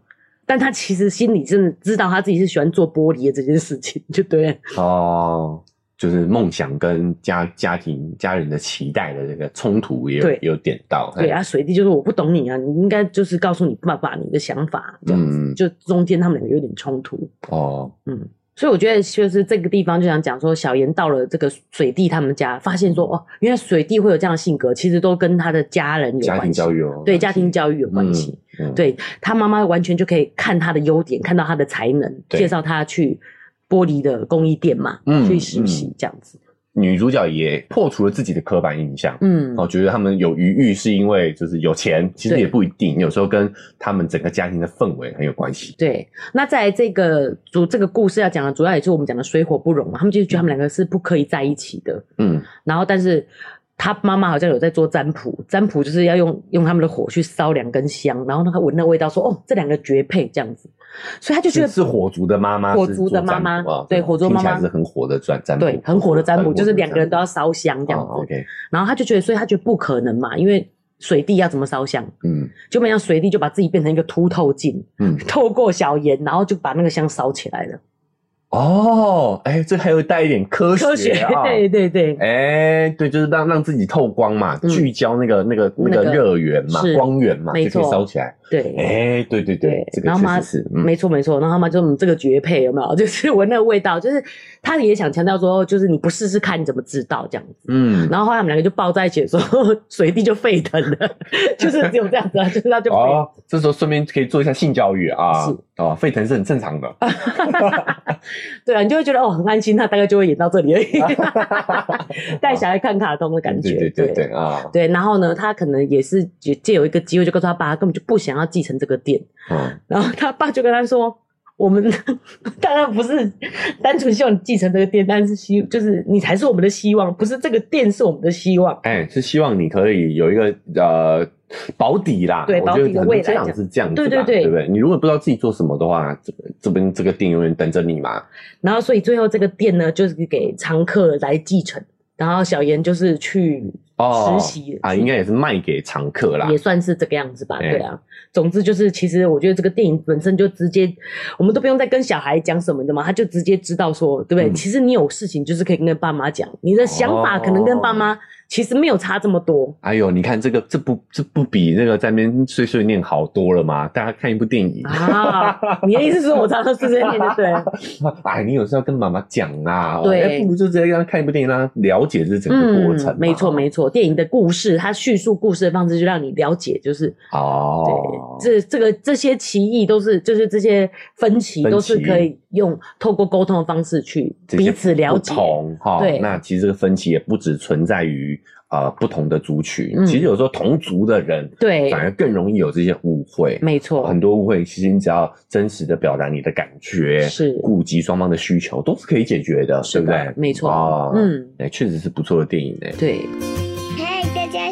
Speaker 2: 但他其实心里真的知道他自己是喜欢做玻璃的这件事情，就对了。
Speaker 3: 哦，就是梦想跟家家庭家人的期待的这个冲突也有
Speaker 2: 对
Speaker 3: 有点到，
Speaker 2: 对
Speaker 3: 哎，
Speaker 2: 啊，水弟就说我不懂你啊，你应该就是告诉你爸爸你的想法，这样子。
Speaker 3: 嗯，
Speaker 2: 就中间他们两个有点冲突，
Speaker 3: 哦，
Speaker 2: 嗯，所以我觉得就是这个地方就想讲说，小严到了这个水弟他们家，发
Speaker 3: 嗯
Speaker 2: 现说哦，原来水弟会有这样的性格，其实都跟他的家人有
Speaker 3: 家庭
Speaker 2: 关系，
Speaker 3: 教育哦，
Speaker 2: 对家庭教育有
Speaker 3: 有
Speaker 2: 关系。，
Speaker 3: 嗯，
Speaker 2: 对他妈妈完全就可以看他的优点，看到他的才能，
Speaker 3: 对
Speaker 2: 介绍他去玻璃的工艺店嘛，
Speaker 3: 嗯
Speaker 2: 去实习这样子。
Speaker 3: 女主角也破除了自己的刻板印象。
Speaker 2: 嗯，
Speaker 3: 哦，觉得他们有余裕是因为就是有钱，其实
Speaker 2: 对
Speaker 3: 也不一定，有时候跟他们整个家庭的氛围很有关系。
Speaker 2: 对。那在这个主这个故事要讲的，主要也是我们讲的水火不容嘛，他们就觉得他们两个是不可以在一起的。
Speaker 3: 嗯，
Speaker 2: 然后，但是他妈妈好像有在做占卜，占卜就是要用用他们的火去烧两根香，然后让他闻那味道说，哦，这两个绝配这样子，所以他就觉
Speaker 3: 是
Speaker 2: 得
Speaker 3: 是火族的妈妈，
Speaker 2: 火
Speaker 3: 是
Speaker 2: 族的
Speaker 3: 做
Speaker 2: 妈妈
Speaker 3: 占卜啊
Speaker 2: 对火族妈妈
Speaker 3: 听起来是很火的占占卜，
Speaker 2: 对很火的占
Speaker 3: 很
Speaker 2: 卜，
Speaker 3: 火的
Speaker 2: 就是两个人都要
Speaker 3: 占
Speaker 2: 烧香
Speaker 3: 卜
Speaker 2: 这样子。
Speaker 3: 哦 OK，
Speaker 2: 然后他就觉得，所以他觉得不可能嘛，因为水弟要怎么烧香？
Speaker 3: 嗯
Speaker 2: 就没想到水弟就把自己变成一个凸透镜，
Speaker 3: 嗯，
Speaker 2: 透过小岩，然后就把那个香烧起来了。
Speaker 3: 哦，哎，这还有带一点科
Speaker 2: 科学，
Speaker 3: 啊。
Speaker 2: 对对对，
Speaker 3: 哎，对，就是让让自己透光嘛，
Speaker 2: 嗯
Speaker 3: 聚焦那个那个那
Speaker 2: 那
Speaker 3: 个
Speaker 2: 个
Speaker 3: 热源嘛，
Speaker 2: 是
Speaker 3: 光源嘛，
Speaker 2: 没
Speaker 3: 就可以
Speaker 2: 错
Speaker 3: 烧起来。
Speaker 2: 对。
Speaker 3: 哎，对对
Speaker 2: 对
Speaker 3: 这，个
Speaker 2: 然后妈
Speaker 3: 确实是，嗯
Speaker 2: 没错没错，然后他妈就嗯这个绝配有没有？ 就是闻那个味道，就是他也想强调说，就是你不试试看你怎么知道这样子。
Speaker 3: 嗯，
Speaker 2: 然后后来他们两个就抱在一起说， 水弟就沸腾了， 就是只有这样子啊，就是他就沸腾
Speaker 3: 哦，这时候顺便可以做一下性教育啊
Speaker 2: 是，
Speaker 3: 哦，沸腾是很正常的。
Speaker 2: 对啊，你就会觉得哦很安心，他大概就会演到这里而 已，带小孩看卡通的感觉，
Speaker 3: 对对对对啊，
Speaker 2: 对然后呢，他可能也是借借有一个机会，就告诉他爸，他根本就不想要继承这个店，
Speaker 3: 嗯，
Speaker 2: 然后他爸就跟他说。我们 当然不是单纯希望你继承这个店，但是希就是你才是我们的希望，不是这个店是我们的希望。
Speaker 3: 哎，是希望你可以有一个呃保底啦，
Speaker 2: 对
Speaker 3: 我觉得
Speaker 2: 保底的
Speaker 3: 很多
Speaker 2: 未来
Speaker 3: 这样
Speaker 2: 这样
Speaker 3: 是这样子吧，
Speaker 2: 对对
Speaker 3: 对
Speaker 2: 对
Speaker 3: 不对？你如果不知道自己做什么的话，这个这边这个店永远等着你嘛。
Speaker 2: 然后所以最后这个店呢，就是给常客来继承。然后小严就是去
Speaker 3: 哦，
Speaker 2: 实习
Speaker 3: 啊，应该也是卖给常客啦
Speaker 2: 也。算是这个样子吧，
Speaker 3: 哎
Speaker 2: 对啊。总之就是，其实我觉得这个电影本身就直接，我们都不用再跟小孩讲什么的嘛，他就直接知道说，对不对？
Speaker 3: 嗯
Speaker 2: 其实你有事情就是可以跟爸妈讲，你的想法可能跟爸
Speaker 3: 哦
Speaker 2: 妈其实没有差这么多。
Speaker 3: 哎呦，你看这个，这不这不比那个在那边碎碎念好多了吗？大家看一部电影，
Speaker 2: 啊，你的意思是说我常常碎碎念就对了，
Speaker 3: 哎，你有时候跟妈妈讲啊，
Speaker 2: 对
Speaker 3: 哎不如就直接跟她看一部电影，让她了解 这整个过程嘛、
Speaker 2: 嗯，没错没错，电影的故事，它叙述故事的方式就让你了解，就是
Speaker 3: 错。哦，
Speaker 2: 对，这这个这些歧义都是，就是这些分歧
Speaker 3: 分歧
Speaker 2: 都是可以用透过沟通的方式去
Speaker 3: 这些
Speaker 2: 彼此了解
Speaker 3: 不，同哈。
Speaker 2: 对
Speaker 3: 那其实这个分歧也不只存在于呃不同的族群，
Speaker 2: 嗯
Speaker 3: 其实有时候同族的人
Speaker 2: 对
Speaker 3: 反而更容易有这些误会。
Speaker 2: 没错，
Speaker 3: 很多误会，其实你只要真实的表达你的感觉，
Speaker 2: 是
Speaker 3: 顾及双方的需求，都是可以解决的，
Speaker 2: 是
Speaker 3: 对
Speaker 2: 的
Speaker 3: 不对？
Speaker 2: 没错
Speaker 3: 哦，
Speaker 2: 嗯
Speaker 3: 嗯，哎，确实是不错的电影诶。
Speaker 2: 对，
Speaker 4: 嗨，大家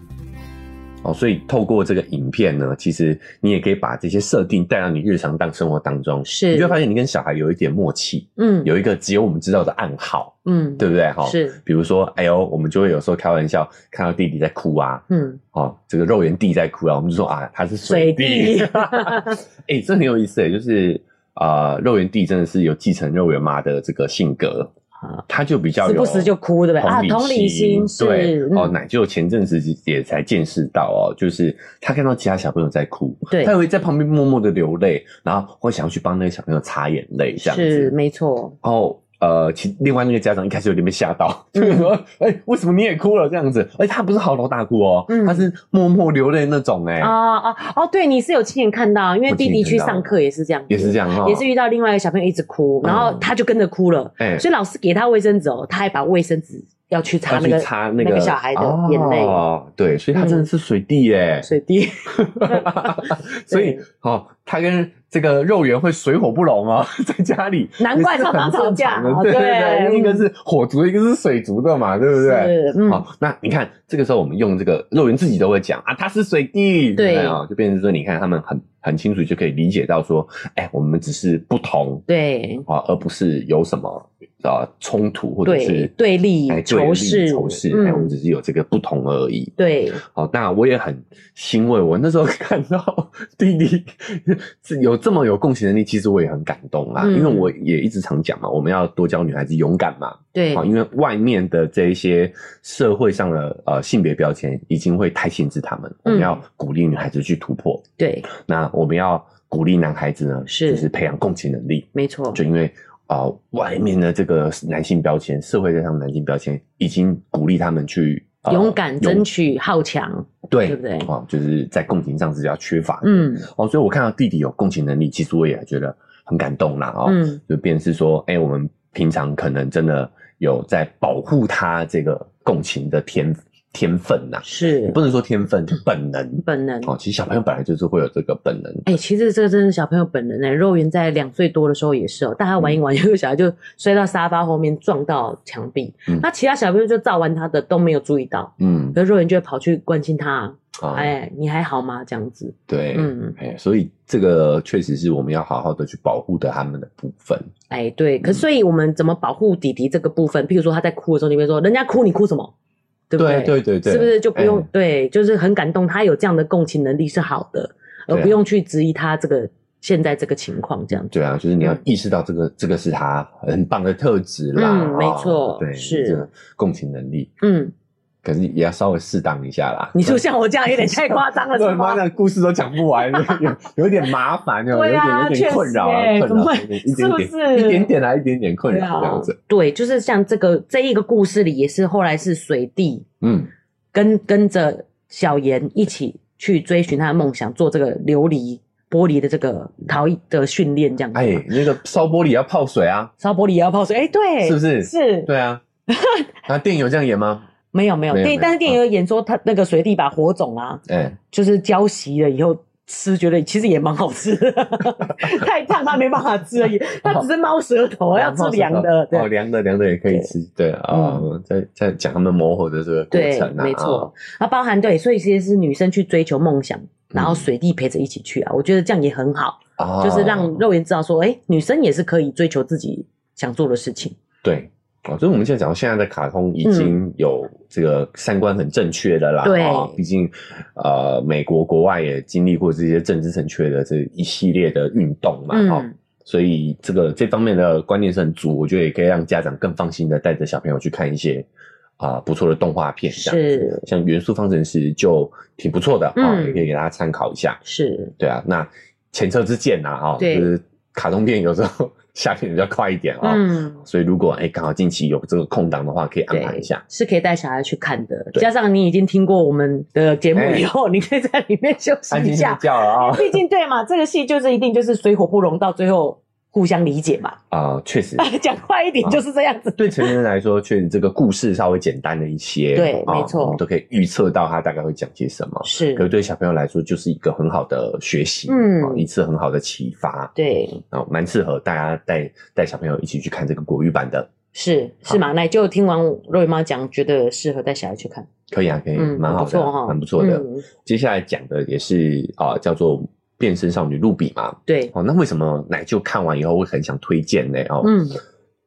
Speaker 3: 哦，所以透过这个影片呢，其实你也可以把这些设定带到你日常当生活当中，
Speaker 2: 是
Speaker 3: 你就会发现你跟小孩有一点默契，
Speaker 2: 嗯
Speaker 3: 有一个只有我们知道的暗号，
Speaker 2: 嗯，
Speaker 3: 对不对？哈、
Speaker 2: 是，
Speaker 3: 比如说，哎呦，我们就会有时候开玩笑，看到弟弟在哭啊，
Speaker 2: 嗯，
Speaker 3: 哦，这个肉圆弟在哭啊，我们就说啊，他是水弟。
Speaker 2: 水弟
Speaker 3: 哎、这很有意思哎，就是啊、呃肉圆弟真的是有继承肉圆妈的这个性格
Speaker 2: 啊，
Speaker 3: 他就比较
Speaker 2: 时
Speaker 3: 有
Speaker 2: 不时就哭对不对啊同理心是
Speaker 3: 对
Speaker 2: 嗯
Speaker 3: 哦，奶舅前阵子也才见识到哦，就是他看到其他小朋友在哭，
Speaker 2: 对
Speaker 3: 他也会在旁边默默的流泪，然后会想要去帮那个小朋友擦眼泪，这样子
Speaker 2: 是没错，
Speaker 3: 然后呃，其另外那个家长一开始有点被吓到，
Speaker 2: 嗯
Speaker 3: 就是说，哎、为什么你也哭了这样子？而且他不是嚎啕大哭哦，
Speaker 2: 嗯
Speaker 3: 他是默默流泪那种、哎、
Speaker 2: 啊啊哦，对，你是有亲眼看到，因为
Speaker 3: 我
Speaker 2: 弟
Speaker 3: 亲
Speaker 2: 弟
Speaker 3: 眼看
Speaker 2: 去
Speaker 3: 到
Speaker 2: 上课也是这样，
Speaker 3: 也是这样哦哈、
Speaker 2: 也是遇到另外一个小朋友一直哭，然后
Speaker 3: 嗯
Speaker 2: 他就跟着哭了，
Speaker 3: 哎
Speaker 2: 所以老师给他卫生纸哦，他还把卫生纸要去擦
Speaker 3: 他
Speaker 2: 那
Speaker 3: 去
Speaker 2: 个
Speaker 3: 擦
Speaker 2: 那
Speaker 3: 个
Speaker 2: 个小孩的眼泪，
Speaker 3: 哦，对，所以他真的是水弟哎、
Speaker 2: 水滴，嗯
Speaker 3: 所以哦，他跟这个肉圆会水火不容哦， 在家里
Speaker 2: 难怪
Speaker 3: 也是
Speaker 2: 常常
Speaker 3: 很
Speaker 2: 吵
Speaker 3: 正常
Speaker 2: 架
Speaker 3: 的对
Speaker 2: 对
Speaker 3: 对
Speaker 2: 嗯
Speaker 3: 对，一个是火族，一个是水族的 嘛，对不 对？
Speaker 2: 是
Speaker 3: 哦
Speaker 2: 嗯
Speaker 3: 好，那你看这个时候我们用这个肉圆自己都会讲啊，他是水滴，
Speaker 2: 对
Speaker 3: 啊、哦就变成说你看他们很很清楚就可以理解到说，哎，我们只是不同
Speaker 2: 对
Speaker 3: 啊、而不是有什么啊冲突或者
Speaker 2: 对
Speaker 3: 是
Speaker 2: 对立
Speaker 3: 哎对
Speaker 2: 仇视
Speaker 3: 仇视，
Speaker 2: 嗯
Speaker 3: 哎，我们只是有这个不同而已。
Speaker 2: 对，
Speaker 3: 好，那我也很欣慰，我那时候 看到弟弟是有这么有共情能力，其实我也很感动啦，
Speaker 2: 嗯
Speaker 3: 因为我也一直常讲嘛，我们要多教女孩子勇敢嘛，
Speaker 2: 对
Speaker 3: 啊，因为外面的这一些社会上的呃性别标签已经会太限制她们，我们
Speaker 2: 嗯
Speaker 3: 要鼓励女孩子去突破，
Speaker 2: 对，
Speaker 3: 那我们要鼓励男孩子呢，
Speaker 2: 是
Speaker 3: 就是培养共情能力，
Speaker 2: 没错，
Speaker 3: 就因为。啊、外面的这个男性标签，社会上的男性标签已经鼓励他们去、呃
Speaker 2: 勇敢争取好强，
Speaker 3: 对，
Speaker 2: 对不对
Speaker 3: 哦，就是在共情上是比较缺乏的。
Speaker 2: 嗯
Speaker 3: 哦，所以我看到弟弟有共情能力，其实我也觉得很感动啦。哦，
Speaker 2: 嗯
Speaker 3: 就变成是说，哎、我们平常可能真的有在保护他这个共情的天天分呐、
Speaker 2: 是
Speaker 3: 不能说天分，就本能。
Speaker 2: 本能。
Speaker 3: 哦，其实小朋友本来就是会有这个本能。
Speaker 2: 哎、其实这个真的是小朋友本人呢、肉圆在两岁多的时候也是哦、大家玩一
Speaker 3: 嗯
Speaker 2: 玩， 有个小孩就摔到沙发后面，撞到墙壁。
Speaker 3: 嗯
Speaker 2: 那其他小朋友就照完他的，都没有注意到。
Speaker 3: 嗯，
Speaker 2: 可是肉圆就会跑去关心他，
Speaker 3: 啊、
Speaker 2: 哎、你还好吗？这样子，
Speaker 3: 对，
Speaker 2: 嗯，
Speaker 3: 哎，所以这个确实是我们要好好的去保护的他们的部分。
Speaker 2: 哎、对。
Speaker 3: 嗯
Speaker 2: 可是所以我们怎么保护弟弟这个部分？譬如说他在哭的时候，你会说人家哭你哭什么，对不对？
Speaker 3: 对对对，
Speaker 2: 是不是就不用、
Speaker 3: 哎
Speaker 2: 对？就是很感动，他有这样的共情能力是好的，而
Speaker 3: 对啊
Speaker 2: 不用去质疑他这个现在这个情况这样子。
Speaker 3: 对啊，就是你要
Speaker 2: 嗯
Speaker 3: 意识到这个，这个是他很棒的特质啦。
Speaker 2: 嗯
Speaker 3: 哦
Speaker 2: 没错
Speaker 3: 对，
Speaker 2: 是
Speaker 3: 这个共情能力，
Speaker 2: 嗯，
Speaker 3: 可是也要稍微适当一下啦。
Speaker 2: 你说像我这样有点太夸 张了，
Speaker 3: 对
Speaker 2: 是
Speaker 3: 妈，
Speaker 2: 吗？
Speaker 3: 那故事都讲不完， 有有点麻烦，有有
Speaker 2: 对啊
Speaker 3: 点有点困扰啊，
Speaker 2: 确实欸
Speaker 3: 困扰，
Speaker 2: 怎么会
Speaker 3: 一点
Speaker 2: 是不是
Speaker 3: 点，一点点来，一点点困扰这样子。
Speaker 2: 对，啊就是像这个这一个故事里，也是后来是水弟
Speaker 3: 嗯，
Speaker 2: 跟跟着小妍一起去追寻他的梦想，做这个琉璃玻璃的这个陶艺的训练，这样子。
Speaker 3: 哎，那个烧玻璃要泡水啊，
Speaker 2: 烧玻璃也要泡水，哎，对，
Speaker 3: 是不是
Speaker 2: 是，
Speaker 3: 对啊。那电影有这样演吗？
Speaker 2: 没有没有
Speaker 3: 没有
Speaker 2: 电
Speaker 3: 没
Speaker 2: 影，
Speaker 3: 有
Speaker 2: 但是电影有演说他那个水弟把火种啊，
Speaker 3: 哎，
Speaker 2: 就是浇熄了以后吃，觉得其实也蛮好吃的，太烫他没办法吃而 已，他只是猫舌头，要吃凉的，
Speaker 3: 哦，
Speaker 2: 对。
Speaker 3: 凉的凉的也可以吃，对啊，在在讲他们磨合的这个过
Speaker 2: 对
Speaker 3: 程，啊，
Speaker 2: 没错，啊，包含对，所以其实是女生去追求梦想，然
Speaker 3: 嗯
Speaker 2: 后水弟陪着一起去啊，我觉得这样也很好，
Speaker 3: 啊，
Speaker 2: 就是让肉圆知道说，哎，女生也是可以追求自己想做的事情，
Speaker 3: 对，哦，所以我们现在讲到现在的卡通已
Speaker 5: 嗯
Speaker 3: 经有这个三观很正确的啦，
Speaker 2: 对
Speaker 3: 哦毕竟呃，美国国外也经历过这些政治正确的这一系列的运动嘛，哦
Speaker 2: 嗯，，
Speaker 3: 所以这个这方面的观念是很足，我觉得也可以让家长更放心的带着小朋友去看一些。啊、不错的动画片，这样
Speaker 5: 是
Speaker 3: 像《元素方程式》就挺不错的啊、
Speaker 5: 嗯
Speaker 3: 也可以给大家参考一下。
Speaker 5: 是，
Speaker 3: 对啊，那前车之鉴呐啊，就
Speaker 5: 对
Speaker 3: 是卡通片有时候 下片比较快一点啊、
Speaker 5: 嗯，
Speaker 3: 所以如果哎刚、好近期有这个空档的话，可以安排一下。
Speaker 5: 是可以带小孩去看的。
Speaker 3: 对哎
Speaker 5: 加上你已经听过我们的节目以后，你可以在里面休息
Speaker 3: 安
Speaker 5: 一
Speaker 3: 静睡
Speaker 5: 下。
Speaker 3: 觉了啊、
Speaker 5: 毕竟对嘛，这个戏就是一定就是水火不容，到最后互相理解嘛。
Speaker 3: 啊，确实，
Speaker 5: 讲快一点就是这样子。
Speaker 3: 对成年人来说，确实这个故事稍微简单了一些，
Speaker 5: 对
Speaker 3: 啊
Speaker 5: 没错
Speaker 3: 我们都可以预测到他大概会讲些什么。
Speaker 5: 是
Speaker 3: 可是对小朋友来说，就是一个很好的学习，
Speaker 5: 嗯
Speaker 3: 啊一次很好的启发，
Speaker 5: 对，
Speaker 3: 啊，蛮适合大家带带小朋友一起去看这个国语版的，
Speaker 5: 是是嘛？那就听完肉姨妈讲，觉得适合带小孩去看，
Speaker 3: 可以啊，可以，
Speaker 5: 嗯，
Speaker 3: 蛮好
Speaker 5: 不
Speaker 3: 的
Speaker 5: 错哈，
Speaker 3: 啊，蛮不错的。
Speaker 5: 嗯
Speaker 3: 接下来讲的也是啊，叫做《变身少女露比》嘛，
Speaker 5: 对，
Speaker 3: 哦，那为什么奶舅看完以后会很想推荐呢？哦，
Speaker 5: 嗯，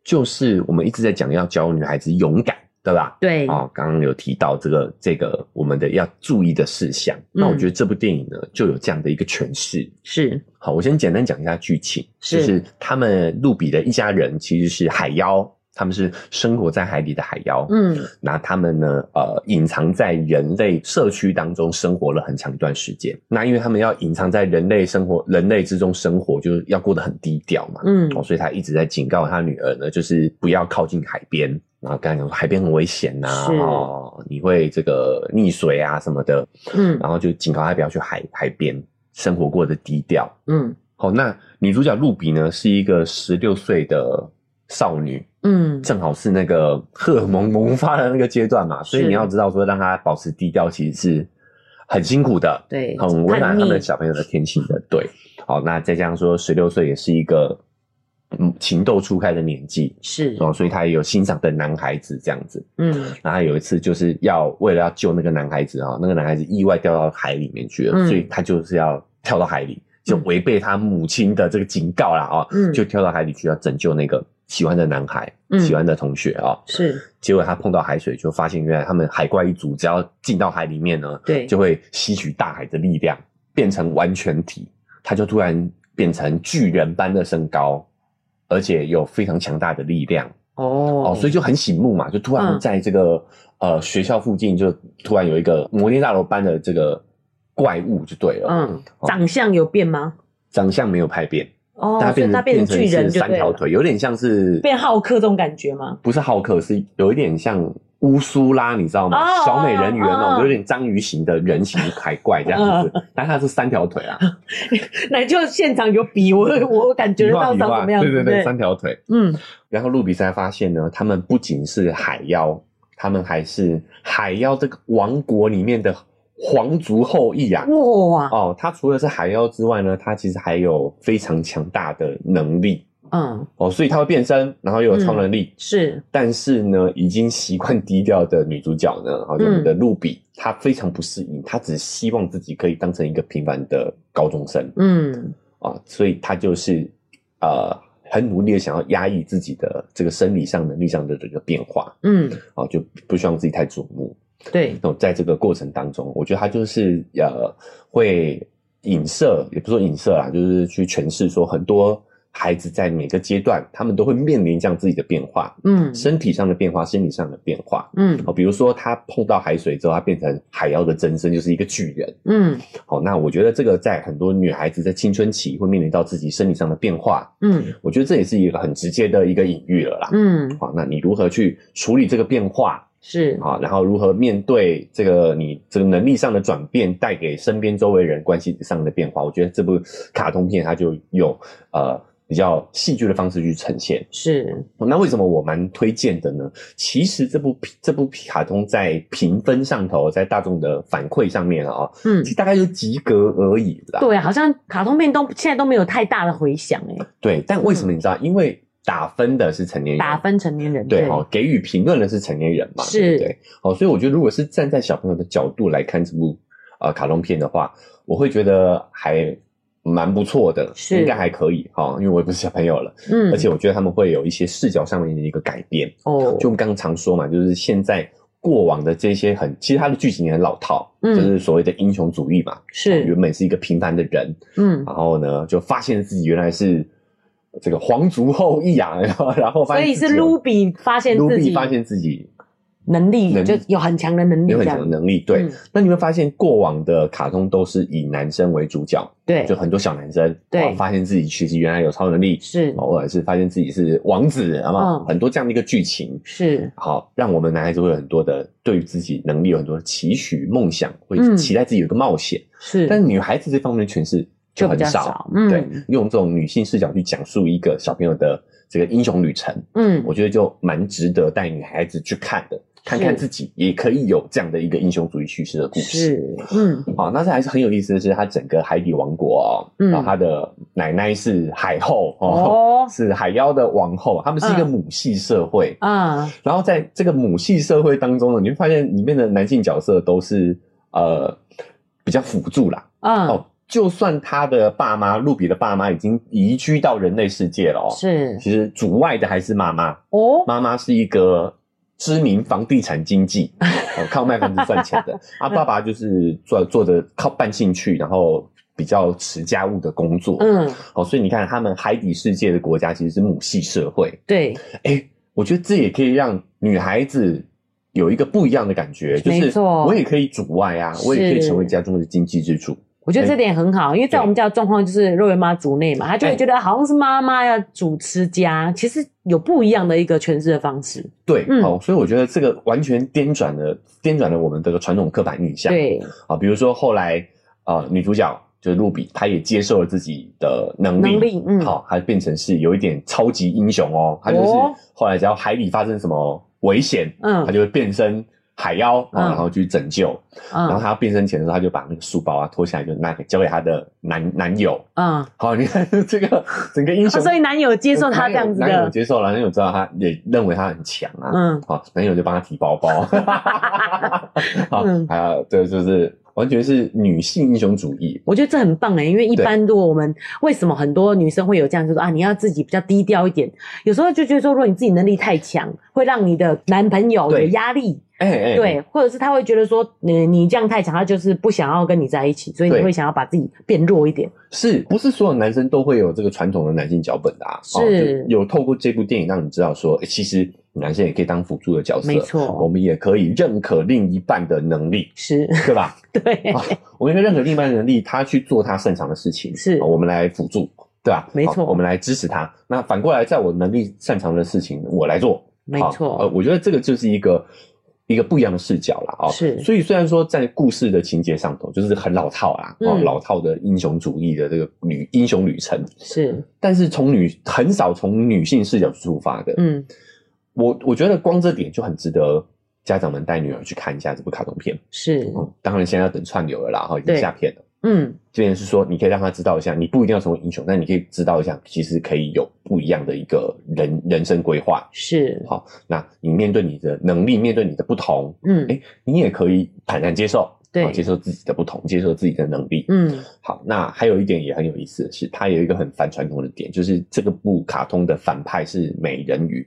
Speaker 3: 就是我们一直在讲要教女孩子勇敢，对吧？
Speaker 5: 对，
Speaker 3: 哦，刚刚有提到这个这个我们的要注意的事项，
Speaker 5: 嗯
Speaker 3: 那我觉得这部电影呢就有这样的一个诠释。
Speaker 5: 是，
Speaker 3: 好，我先简单讲一下剧情，
Speaker 5: 是
Speaker 3: 就是他们路比的一家人其实是海妖，他们是生活在海里的海妖，，
Speaker 5: 嗯，
Speaker 3: 那他们呢呃隐藏在人类社区当中生活了很长一段时间，那因为他们要隐藏在人类生活人类之中生活，就是要过得很低调嘛，
Speaker 5: 嗯，
Speaker 3: 哦，所以他一直在警告他女儿呢，就是不要靠近海边。然后跟他讲说海边很危险呐、
Speaker 5: 是
Speaker 3: 哦，你会这个溺水啊什么的，
Speaker 5: 嗯
Speaker 3: 然后就警告他不要去海海边，生活过得低调。
Speaker 5: 嗯
Speaker 3: 好、那女主角露比呢是一个十六岁的少女，
Speaker 5: 嗯，
Speaker 3: 正好是那个荷尔蒙萌发的那个阶段嘛，所以
Speaker 5: 是
Speaker 3: 你要知道说让她保持低调其实是很辛苦的，
Speaker 5: 对，
Speaker 3: 很温暖
Speaker 5: 叛逆
Speaker 3: 他们小朋友的天性的。对，好，那再加上说十六岁也是一个嗯情窦初开的年纪
Speaker 5: 是，
Speaker 3: 哦，所以他也有欣赏的男孩子这样子。
Speaker 5: 嗯
Speaker 3: 然后他有一次就是要为了要救那个男孩子啊、哦，那个男孩子意外掉到海里面去了，
Speaker 5: 嗯
Speaker 3: 所以他就是要跳到海里，就违背他母亲的这个警告啦哦，
Speaker 5: 嗯
Speaker 3: 就跳到海里去要拯救那个喜欢的男孩、
Speaker 5: 嗯
Speaker 3: 喜欢的同学啊、哦。
Speaker 5: 是，
Speaker 3: 结果他碰到海水，就发现原来他们海怪一族只要进到海里面呢，
Speaker 5: 对，
Speaker 3: 就会吸取大海的力量，变成完全体。它就突然变成巨人般的身高，而且有非常强大的力量
Speaker 5: 哦
Speaker 3: 哦所以就很醒目嘛，就突然
Speaker 5: 嗯
Speaker 3: 在这个、呃学校附近，就突然有一个摩天大楼般的这个怪物就对了，
Speaker 5: 嗯，长相有变吗？
Speaker 3: 长相没有拍变，
Speaker 5: 哦，
Speaker 3: 它
Speaker 5: 所
Speaker 3: 变
Speaker 5: 以
Speaker 3: 成
Speaker 5: 他变成巨人
Speaker 3: 是
Speaker 5: 就
Speaker 3: 三
Speaker 5: 对
Speaker 3: 条
Speaker 5: 了，
Speaker 3: 腿，有点像是
Speaker 5: 变浩克这种感觉吗？
Speaker 3: 不是浩克，是有一点像乌苏拉，你知道吗？
Speaker 5: 哦
Speaker 3: 小美人鱼的那
Speaker 5: 哦嗯
Speaker 3: 种，有点章鱼型的人形海怪这样子，但它是三条腿 啊，
Speaker 5: 那就现场有比，我我感觉得到
Speaker 3: 比
Speaker 5: 长
Speaker 3: 划
Speaker 5: 什么样子，
Speaker 3: 对对对，三条腿。
Speaker 5: 嗯，
Speaker 3: 然后路比才发现呢，他们不仅是海妖，他们还是海妖这个王国里面的皇族后裔啊。
Speaker 5: 哇，
Speaker 3: 哦，他除了是海妖之外呢，他其实还有非常强大的能力
Speaker 5: 嗯，
Speaker 3: 哦，所以他会变身，然后又有超能
Speaker 2: 嗯
Speaker 3: 力。
Speaker 5: 是，
Speaker 3: 但是呢，已经习惯低调的女主角呢，好像我们的露比，她非常不适应，她只希望自己可以当成一个平凡的高中生
Speaker 5: 嗯，
Speaker 3: 啊，所以她就是呃很努力的想要压抑自己的这个生理上、能力上的这个变化
Speaker 5: 嗯，
Speaker 3: 啊，就不希望自己太瞩目。
Speaker 5: 对，
Speaker 3: 那在这个过程当中，我觉得她就是呃会影射，也不是说影射啦，就是去诠释说很多孩子在每个阶段，他们都会面临这样自己的变化。
Speaker 5: 嗯
Speaker 3: 身体上的变化、心理上的变化。
Speaker 5: 嗯
Speaker 3: 哦，比如说他碰到海水之后，他变成海妖的真身，就是一个巨人。
Speaker 5: 嗯
Speaker 3: 好、哦那我觉得这个在很多女孩子在青春期会面临到自己生理上的变化，
Speaker 5: 嗯
Speaker 3: 我觉得这也是一个很直接的一个隐喻了啦。
Speaker 5: 嗯，
Speaker 3: 好、那你如何去处理这个变化
Speaker 5: 是，
Speaker 3: 啊？然后如何面对这个你这个能力上的转变带给身边周围人关系上的变化？我觉得这部卡通片它就有呃比较戏剧的方式去呈现。
Speaker 5: 是，
Speaker 3: 哦那为什么我蛮推荐的呢？其实这部这部卡通在评分上头，在大众的反馈上面啊、
Speaker 5: 嗯
Speaker 3: 其，实大概就及格而已啦。
Speaker 5: 对，好像卡通片都现在都没有太大的回响，哎，
Speaker 3: 对但为什么你知道？因为打分的是成年人，
Speaker 5: 打分成年人，
Speaker 3: 对哦，给予评论的是成年人嘛，
Speaker 5: 是
Speaker 3: 对不对？哦，所以我觉得如果是站在小朋友的角度来看这部呃卡通片的话，我会觉得还蛮不错的，
Speaker 5: 是
Speaker 3: 应该还可以哈、哦，因为我也不是小朋友了，
Speaker 5: 嗯，
Speaker 3: 而且我觉得他们会有一些视角上面的一个改变。
Speaker 5: 哦，
Speaker 3: 就我们刚刚常说嘛，就是现在过往的这些很，其实它的剧情也很老套，
Speaker 5: 嗯
Speaker 3: 就是所谓的英雄主义嘛。哦
Speaker 5: 是
Speaker 3: 原，本是一个平凡的人，
Speaker 5: 嗯，
Speaker 3: 然后呢，就发现自己原来是这个皇族后裔啊，然后然后发
Speaker 5: 所
Speaker 3: 现
Speaker 5: 以
Speaker 3: 自己
Speaker 5: 是
Speaker 3: 有
Speaker 5: 卢比发现
Speaker 3: 卢
Speaker 5: 自
Speaker 3: 比
Speaker 5: 己
Speaker 3: 发现自己
Speaker 2: 能力，
Speaker 3: 能力
Speaker 2: 就有很强的能力
Speaker 3: 有
Speaker 2: 这
Speaker 3: 很强
Speaker 2: 样
Speaker 3: 的。能力。对，
Speaker 2: 嗯
Speaker 3: 那你会发现过往的卡通都是以男生为主角，
Speaker 2: 对
Speaker 3: 就，很多小男生，
Speaker 2: 对
Speaker 3: 哇发现自己其实原来有超能力，
Speaker 2: 是
Speaker 3: 偶尔是发现自己是王子，好不好？
Speaker 2: 嗯
Speaker 3: 很多这样的一个剧情。
Speaker 2: 是，
Speaker 3: 好，让我们男孩子会有很多的对于自己能力有很多的期许、梦想，会
Speaker 2: 嗯
Speaker 3: 期待自己有一个冒险。
Speaker 2: 是，
Speaker 3: 但女孩子这方面的诠释
Speaker 2: 就比
Speaker 3: 很
Speaker 2: 较
Speaker 3: 少
Speaker 2: 少，嗯
Speaker 3: 对，用这种女性视角去讲述一个小朋友的这个英雄旅程，
Speaker 2: 嗯，
Speaker 3: 我觉得就蛮值得带女孩子去看的，看看自己也可以有这样的一个英雄主义叙事的故事。
Speaker 2: 是，嗯，
Speaker 3: 好，那这还是很有意思的是，它整个海底王国哦，
Speaker 2: 嗯
Speaker 3: 然后它的奶奶是海后哦，
Speaker 2: 哦，
Speaker 3: 是海妖的王后，他们是一个
Speaker 2: 嗯
Speaker 3: 母系社会。
Speaker 2: 啊，
Speaker 3: 然后在这个母系社会当中呢，你会发现里面的男性角色都是呃比较辅助啦，
Speaker 2: 嗯，
Speaker 3: 哦，就算他的爸妈，露比的爸妈已经移居到人类世界了哦，
Speaker 2: 是，
Speaker 3: 其实主外的还是妈妈，
Speaker 2: 哦，
Speaker 3: 妈妈是一个知名房地产 经纪，哦，靠卖房子赚钱的，啊，爸爸就是做做的靠办兴趣，然后比较持家务的工作，，
Speaker 2: 嗯，
Speaker 3: 哦，所以你看他们海底世界的国家其实是母系社会，
Speaker 2: 对，
Speaker 3: 哎，我觉得这也可以让女孩子。有一个不一样的感觉，就
Speaker 2: 没
Speaker 3: 是
Speaker 2: 错
Speaker 3: 我也可以主外啊，我也可以
Speaker 2: 是
Speaker 3: 成为家中的经济支柱。
Speaker 2: 我觉得这点很好，因为在
Speaker 3: 哎对
Speaker 2: 我们家的状况就是肉圆妈族内嘛，她就会
Speaker 3: 对
Speaker 2: 觉得好像是妈妈要主持家，其实有不一样的一个诠释的方式。
Speaker 3: 对，
Speaker 2: 嗯
Speaker 3: 好、所以我觉得这个完全颠转了，颠转了我们这个传统刻板印象。，
Speaker 2: 对，
Speaker 3: 啊，比如说后来呃，女主角就是露比，她也接受了自己的能力，
Speaker 2: 能力嗯
Speaker 3: 好、她变成是有一点超级英雄哦，她就是
Speaker 2: 哦
Speaker 3: 后来只要海里发生什么危险，
Speaker 2: 嗯
Speaker 3: 她就会变身。海妖啊，
Speaker 2: 嗯
Speaker 3: 然后去拯救。然后
Speaker 2: 嗯
Speaker 3: 她要变身前的时候，她就把那个书包啊脱下来，就拿给交给她的男男友。
Speaker 2: 嗯，
Speaker 3: 好，你看这个整个英
Speaker 2: 啊
Speaker 3: 雄，
Speaker 2: 所以男友接受她这样子
Speaker 3: 嗯男友男友
Speaker 2: 的，
Speaker 3: 接受了，男友知道她也认为她很强啊。
Speaker 2: 嗯，
Speaker 3: 好，男友就帮他提包 包，好
Speaker 2: 嗯，
Speaker 3: 还有这个就是完全是女性英雄主义，
Speaker 2: 我觉得这很棒哎、因为一
Speaker 3: 对
Speaker 2: 般如果我们为什么很多女生会有这样，就是啊，你要自己比较低调一点，有时候就觉得说，如果你自己能力太强，会让你的男朋友有
Speaker 3: 对
Speaker 2: 压力，
Speaker 3: 哎哎，
Speaker 2: 对，或者是他会觉得说，你你这样太强，他就是不想要跟你在一起，所以你
Speaker 3: 对
Speaker 2: 会想要把自己变弱一点，
Speaker 3: 是不是所有男生都会有这个传统的男性脚本的啊？哦
Speaker 2: 是
Speaker 3: 就有透过这部电影让你知道说，哎诶其实男生也可以当辅助的角色，
Speaker 2: 没错
Speaker 3: 我们也可以认可另一半的能力，
Speaker 2: 是，
Speaker 3: 对吧？
Speaker 2: 对，
Speaker 3: 啊，我们应该认可另一半的能力，他去做他擅长的事情，
Speaker 2: 是
Speaker 3: 啊我们来辅助，对吧？
Speaker 2: 没错
Speaker 3: 啊我们来支持他。那反过来，在我能力擅长的事情，我来做，
Speaker 2: 没
Speaker 3: 好
Speaker 2: 错
Speaker 3: 呃，我觉得这个就是一个一个不一样的视角啦。哦。
Speaker 2: 是
Speaker 3: 所以虽然说在故事的情节上头就是很老套啦，哦，
Speaker 2: 嗯
Speaker 3: 老套的英雄主义的这个旅英雄旅程，
Speaker 2: 是，
Speaker 3: 但是从女很少从女性视角出发的，
Speaker 2: 嗯，
Speaker 3: 我我觉得光这点就很值得家长们带女儿去看一下这部卡通片。
Speaker 2: 是，
Speaker 3: 嗯，当然现在要等串流了啦，哦哈，已经
Speaker 2: 对
Speaker 3: 下片了。
Speaker 2: 嗯，
Speaker 3: 这边是说，你可以让他知道一下，你不一定要成为英雄，但你可以知道一下，其实可以有不一样的一个人人生规划。
Speaker 2: 是，
Speaker 3: 好，那你面对你的能力，面对你的不同，
Speaker 2: 嗯，
Speaker 3: 哎你也可以坦然接受，
Speaker 2: 对
Speaker 3: 好接受自己的不同，接受自己的能力。，
Speaker 2: 嗯，
Speaker 3: 好，那还有一点也很有意思的是，它有一个很反传统的点，就是这个部卡通的反派是美 人鱼，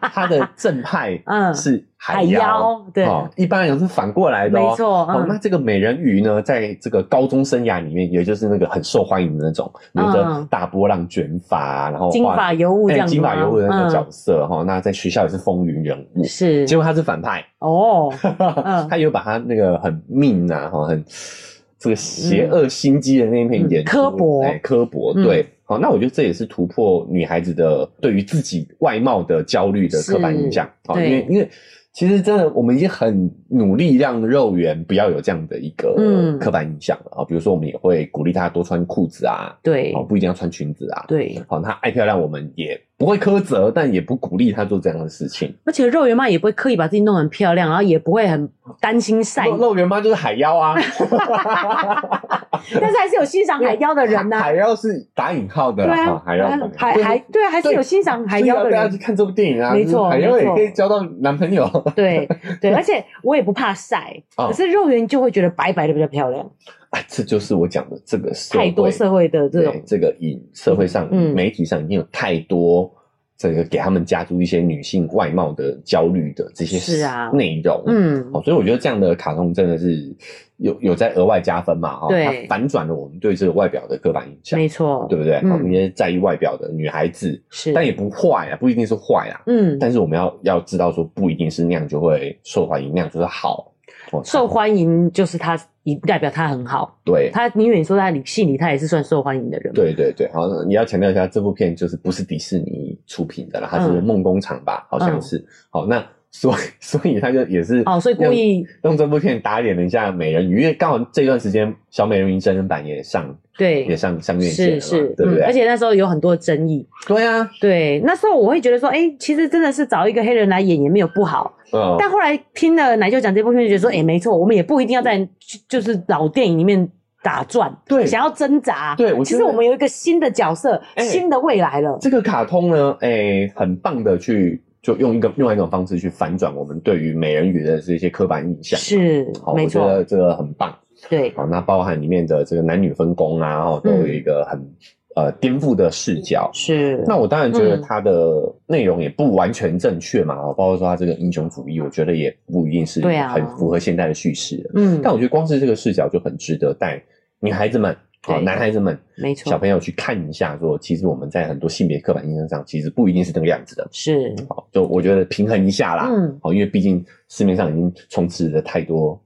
Speaker 3: 它的正派
Speaker 2: 嗯
Speaker 3: 是
Speaker 2: 海
Speaker 3: 海妖，
Speaker 2: 妖对
Speaker 3: 哦，一般来讲是反过来的、哦，
Speaker 2: 没错
Speaker 3: 哦
Speaker 2: 嗯，
Speaker 3: 那这个美人鱼呢，在这个高中生涯里面，也就是那个很受欢迎的那种，留着
Speaker 2: 嗯
Speaker 3: 大波浪卷发啊，然后画
Speaker 2: 金发尤物这
Speaker 3: 哎
Speaker 2: 样子吗
Speaker 3: 金发尤物的那个
Speaker 2: 嗯
Speaker 3: 角色哈、哦，那在学校也是风云人物。
Speaker 2: 是，
Speaker 3: 结果他是反派，
Speaker 2: 哦，
Speaker 3: 他有把他那个很命啊，哈，很这个邪恶心机的那一面演出、
Speaker 2: 嗯刻薄
Speaker 3: 哎，刻薄，
Speaker 2: 嗯
Speaker 3: 对，好，那我觉得这也是突破女孩子的对于自己外貌的焦虑的刻板印象，好，因
Speaker 2: 对
Speaker 3: 为因为其实真的我们已经很努力让肉圆不要有这样的一个
Speaker 2: 嗯
Speaker 3: 刻板印象了啊，比如说我们也会鼓励她多穿裤子啊，
Speaker 2: 对
Speaker 3: 哦，，不一定要穿裙子啊，，
Speaker 2: 对，
Speaker 3: 好，她爱漂亮，我们也不会苛责，但也不鼓励她做这样的事情。
Speaker 2: 而且肉圆妈也不会刻意把自己弄很漂亮，然后也不会很担心晒，
Speaker 3: 肉肉圆妈就是海妖啊。
Speaker 2: 但是还是有欣赏海妖的人呐、
Speaker 3: 海妖是打引号的
Speaker 2: 对
Speaker 3: 啦，
Speaker 2: 啊
Speaker 3: 哈，海妖
Speaker 2: 海海对啊，还是有欣赏海妖的
Speaker 3: 大家
Speaker 2: 人
Speaker 3: 去。看这部电影啊，
Speaker 2: 没错
Speaker 3: 海妖
Speaker 2: 没
Speaker 3: 也
Speaker 2: 错
Speaker 3: 可以 交到男朋友。啊
Speaker 2: 对对，而且我也不怕晒，
Speaker 3: 哦
Speaker 2: 可是肉圆就会觉得白白的比较漂亮。
Speaker 3: 啊，这就是我讲的这个社会
Speaker 2: 太多社会的这
Speaker 3: 对
Speaker 2: 种，
Speaker 3: 这个影社会上、
Speaker 2: 嗯
Speaker 3: 媒体上已经有太多这个给他们加注一些女性外貌的焦虑的这些
Speaker 2: 是啊
Speaker 3: 内容，
Speaker 2: 嗯
Speaker 3: 哦，所以我觉得这样的卡通真的是有有在额外加分嘛，哈、哦，
Speaker 2: 对
Speaker 3: 它反转了我们对这个外表的刻板印象
Speaker 2: 没，错，
Speaker 3: 对不对？
Speaker 2: 嗯
Speaker 3: 我们也在意外表的女孩子，
Speaker 2: 是，
Speaker 3: 但也不坏啊，不一定是坏啊，
Speaker 2: 嗯，
Speaker 3: 但是我们要要知道说，不一定是那样就会受欢迎，那样就是好，哦，
Speaker 2: 受欢迎就是他一代表他很好，
Speaker 3: 对。
Speaker 2: 他宁愿你说他里戏里，他也是算受欢迎的人。，
Speaker 3: 对对对，好，你要强调一下，这部片就是不是迪士尼出品的啦，它是
Speaker 2: 嗯
Speaker 3: 梦工厂吧，好像是。好，那所以所以他就也是
Speaker 2: 哦，所以故意
Speaker 3: 用这部片打脸了一下美人鱼，因为刚好这段时间小美人鱼真人版也上
Speaker 2: 对
Speaker 3: 也，上上院线了
Speaker 2: 是
Speaker 3: 嘛，
Speaker 2: 是，
Speaker 3: 对不对？
Speaker 2: 嗯而且那时候有很多争议，
Speaker 3: 对啊，
Speaker 2: 对，那时候我会觉得说，哎、其实真的是找一个黑人来演也没有不好。
Speaker 3: 嗯，
Speaker 2: 但后来听了奶舅讲这部片，就觉得说，哎、没错，我们也不一定要在就就是老电影里面打转，
Speaker 3: 对
Speaker 2: 想要挣扎，
Speaker 3: 对我觉
Speaker 2: 其
Speaker 3: 得
Speaker 2: 实我们有一个新的角色，
Speaker 3: 哎
Speaker 2: 新的未来了，
Speaker 3: 这个卡通呢，哎、很棒的去就用一个另外一种方式去反转我们对于美人鱼的这些刻板印象。啊
Speaker 2: 是
Speaker 3: 哎好，
Speaker 2: 没
Speaker 3: 我觉
Speaker 2: 错，
Speaker 3: 得这个很棒。
Speaker 2: 对，
Speaker 3: 好，那包含里面的这个男女分工啊，然后都
Speaker 2: 嗯
Speaker 3: 有一个很、呃颠覆的视角。
Speaker 2: 是，
Speaker 3: 那我当然觉得
Speaker 2: 嗯
Speaker 3: 它的内容也不完全正确嘛，哦包括说它这个英雄主义，我觉得也不一定是
Speaker 2: 对啊
Speaker 3: 很符合现代的叙事的。
Speaker 2: 嗯，
Speaker 3: 但我觉得光是这个视角就很值得带女孩子们、
Speaker 2: 对
Speaker 3: 哦男孩子们、
Speaker 2: 没错
Speaker 3: 小朋友去看一下说其实我们在很多性别刻板印象上，其实不一定是那个样子的。
Speaker 2: 是，
Speaker 3: 好，就我觉得平衡一下啦。
Speaker 2: 嗯，
Speaker 3: 哦，因为毕竟市面上已经充斥着太多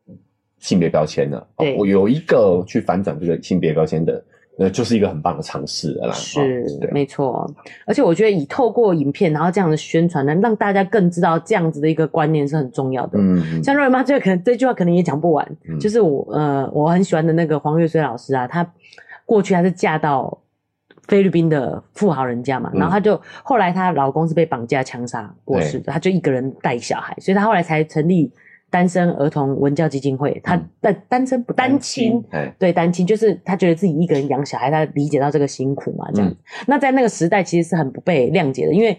Speaker 3: 性别标签了。哦
Speaker 2: 对
Speaker 3: 我有一个去反转这个性别标签的，呃，就是一个很棒的尝试了啦。
Speaker 2: 是
Speaker 3: 哦，对，
Speaker 2: 没错，而且我觉得以透过影片，然后这样的宣传呢，让大家更知道这样子的一个观念是很重要的。
Speaker 3: 嗯，
Speaker 2: 像瑞妈这个可能这句话可能也讲不完，
Speaker 3: 嗯
Speaker 2: 就是我呃我很喜欢的那个黄月水老师啊，她过去她是嫁到菲律宾的富豪人家嘛，
Speaker 3: 嗯
Speaker 2: 然后她就后来她老公是被绑架枪杀过世的，她就一个人带小孩，所以她后来才成立单身儿童文教基金会，她
Speaker 3: 嗯
Speaker 2: 单、单身不单亲。，
Speaker 3: 哎，
Speaker 2: 对，单亲就是她觉得自己一个人养小孩，她理解到这个辛苦嘛，这样。
Speaker 3: 嗯
Speaker 2: 那在那个时代其实是很不被谅解的，因为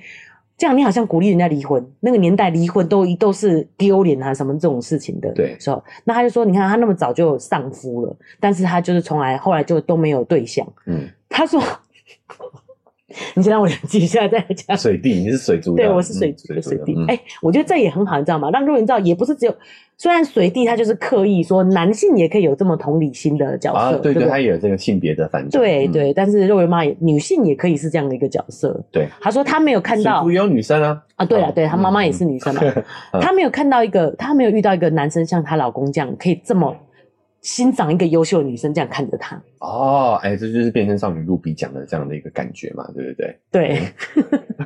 Speaker 2: 这样你好像鼓励人家离婚，那个年代离婚都都是丢脸啊什么这种事情的。
Speaker 3: 对
Speaker 2: 时候，那她就说，你看她那么早就丧夫了，但是她就是从来后来就都没有对象。
Speaker 3: 嗯，
Speaker 2: 她说， 你先让我冷静一下再讲。
Speaker 3: 水弟，你是水族的，
Speaker 2: 对，我是水
Speaker 3: 族
Speaker 2: 族的水弟。
Speaker 3: 嗯
Speaker 2: 哎、我觉得这也很好，你知道吗？让路人知道，也不是只有，虽然水弟他就是刻意说男性也可以有这么同理心的角色，
Speaker 3: 啊，对
Speaker 2: 不
Speaker 3: 对，他也有这个性别的反转，
Speaker 2: 对
Speaker 3: 嗯，
Speaker 2: 对，但是肉圆妈也女性也可以是这样的一个角色。
Speaker 3: 对，
Speaker 2: 她说她没有看
Speaker 3: 水
Speaker 2: 到
Speaker 3: 族也有女生啊，
Speaker 2: 啊，对了，
Speaker 3: 嗯
Speaker 2: 对她妈妈也是女 生嘛，她没有看到一个，她没有遇到一个男生像她老公这样可以这么欣赏一个优秀的女生这样看着她。
Speaker 3: 哦，哎，这就是变身少女露比讲的这样的一个感觉嘛，对不对？
Speaker 2: 对，
Speaker 3: 嗯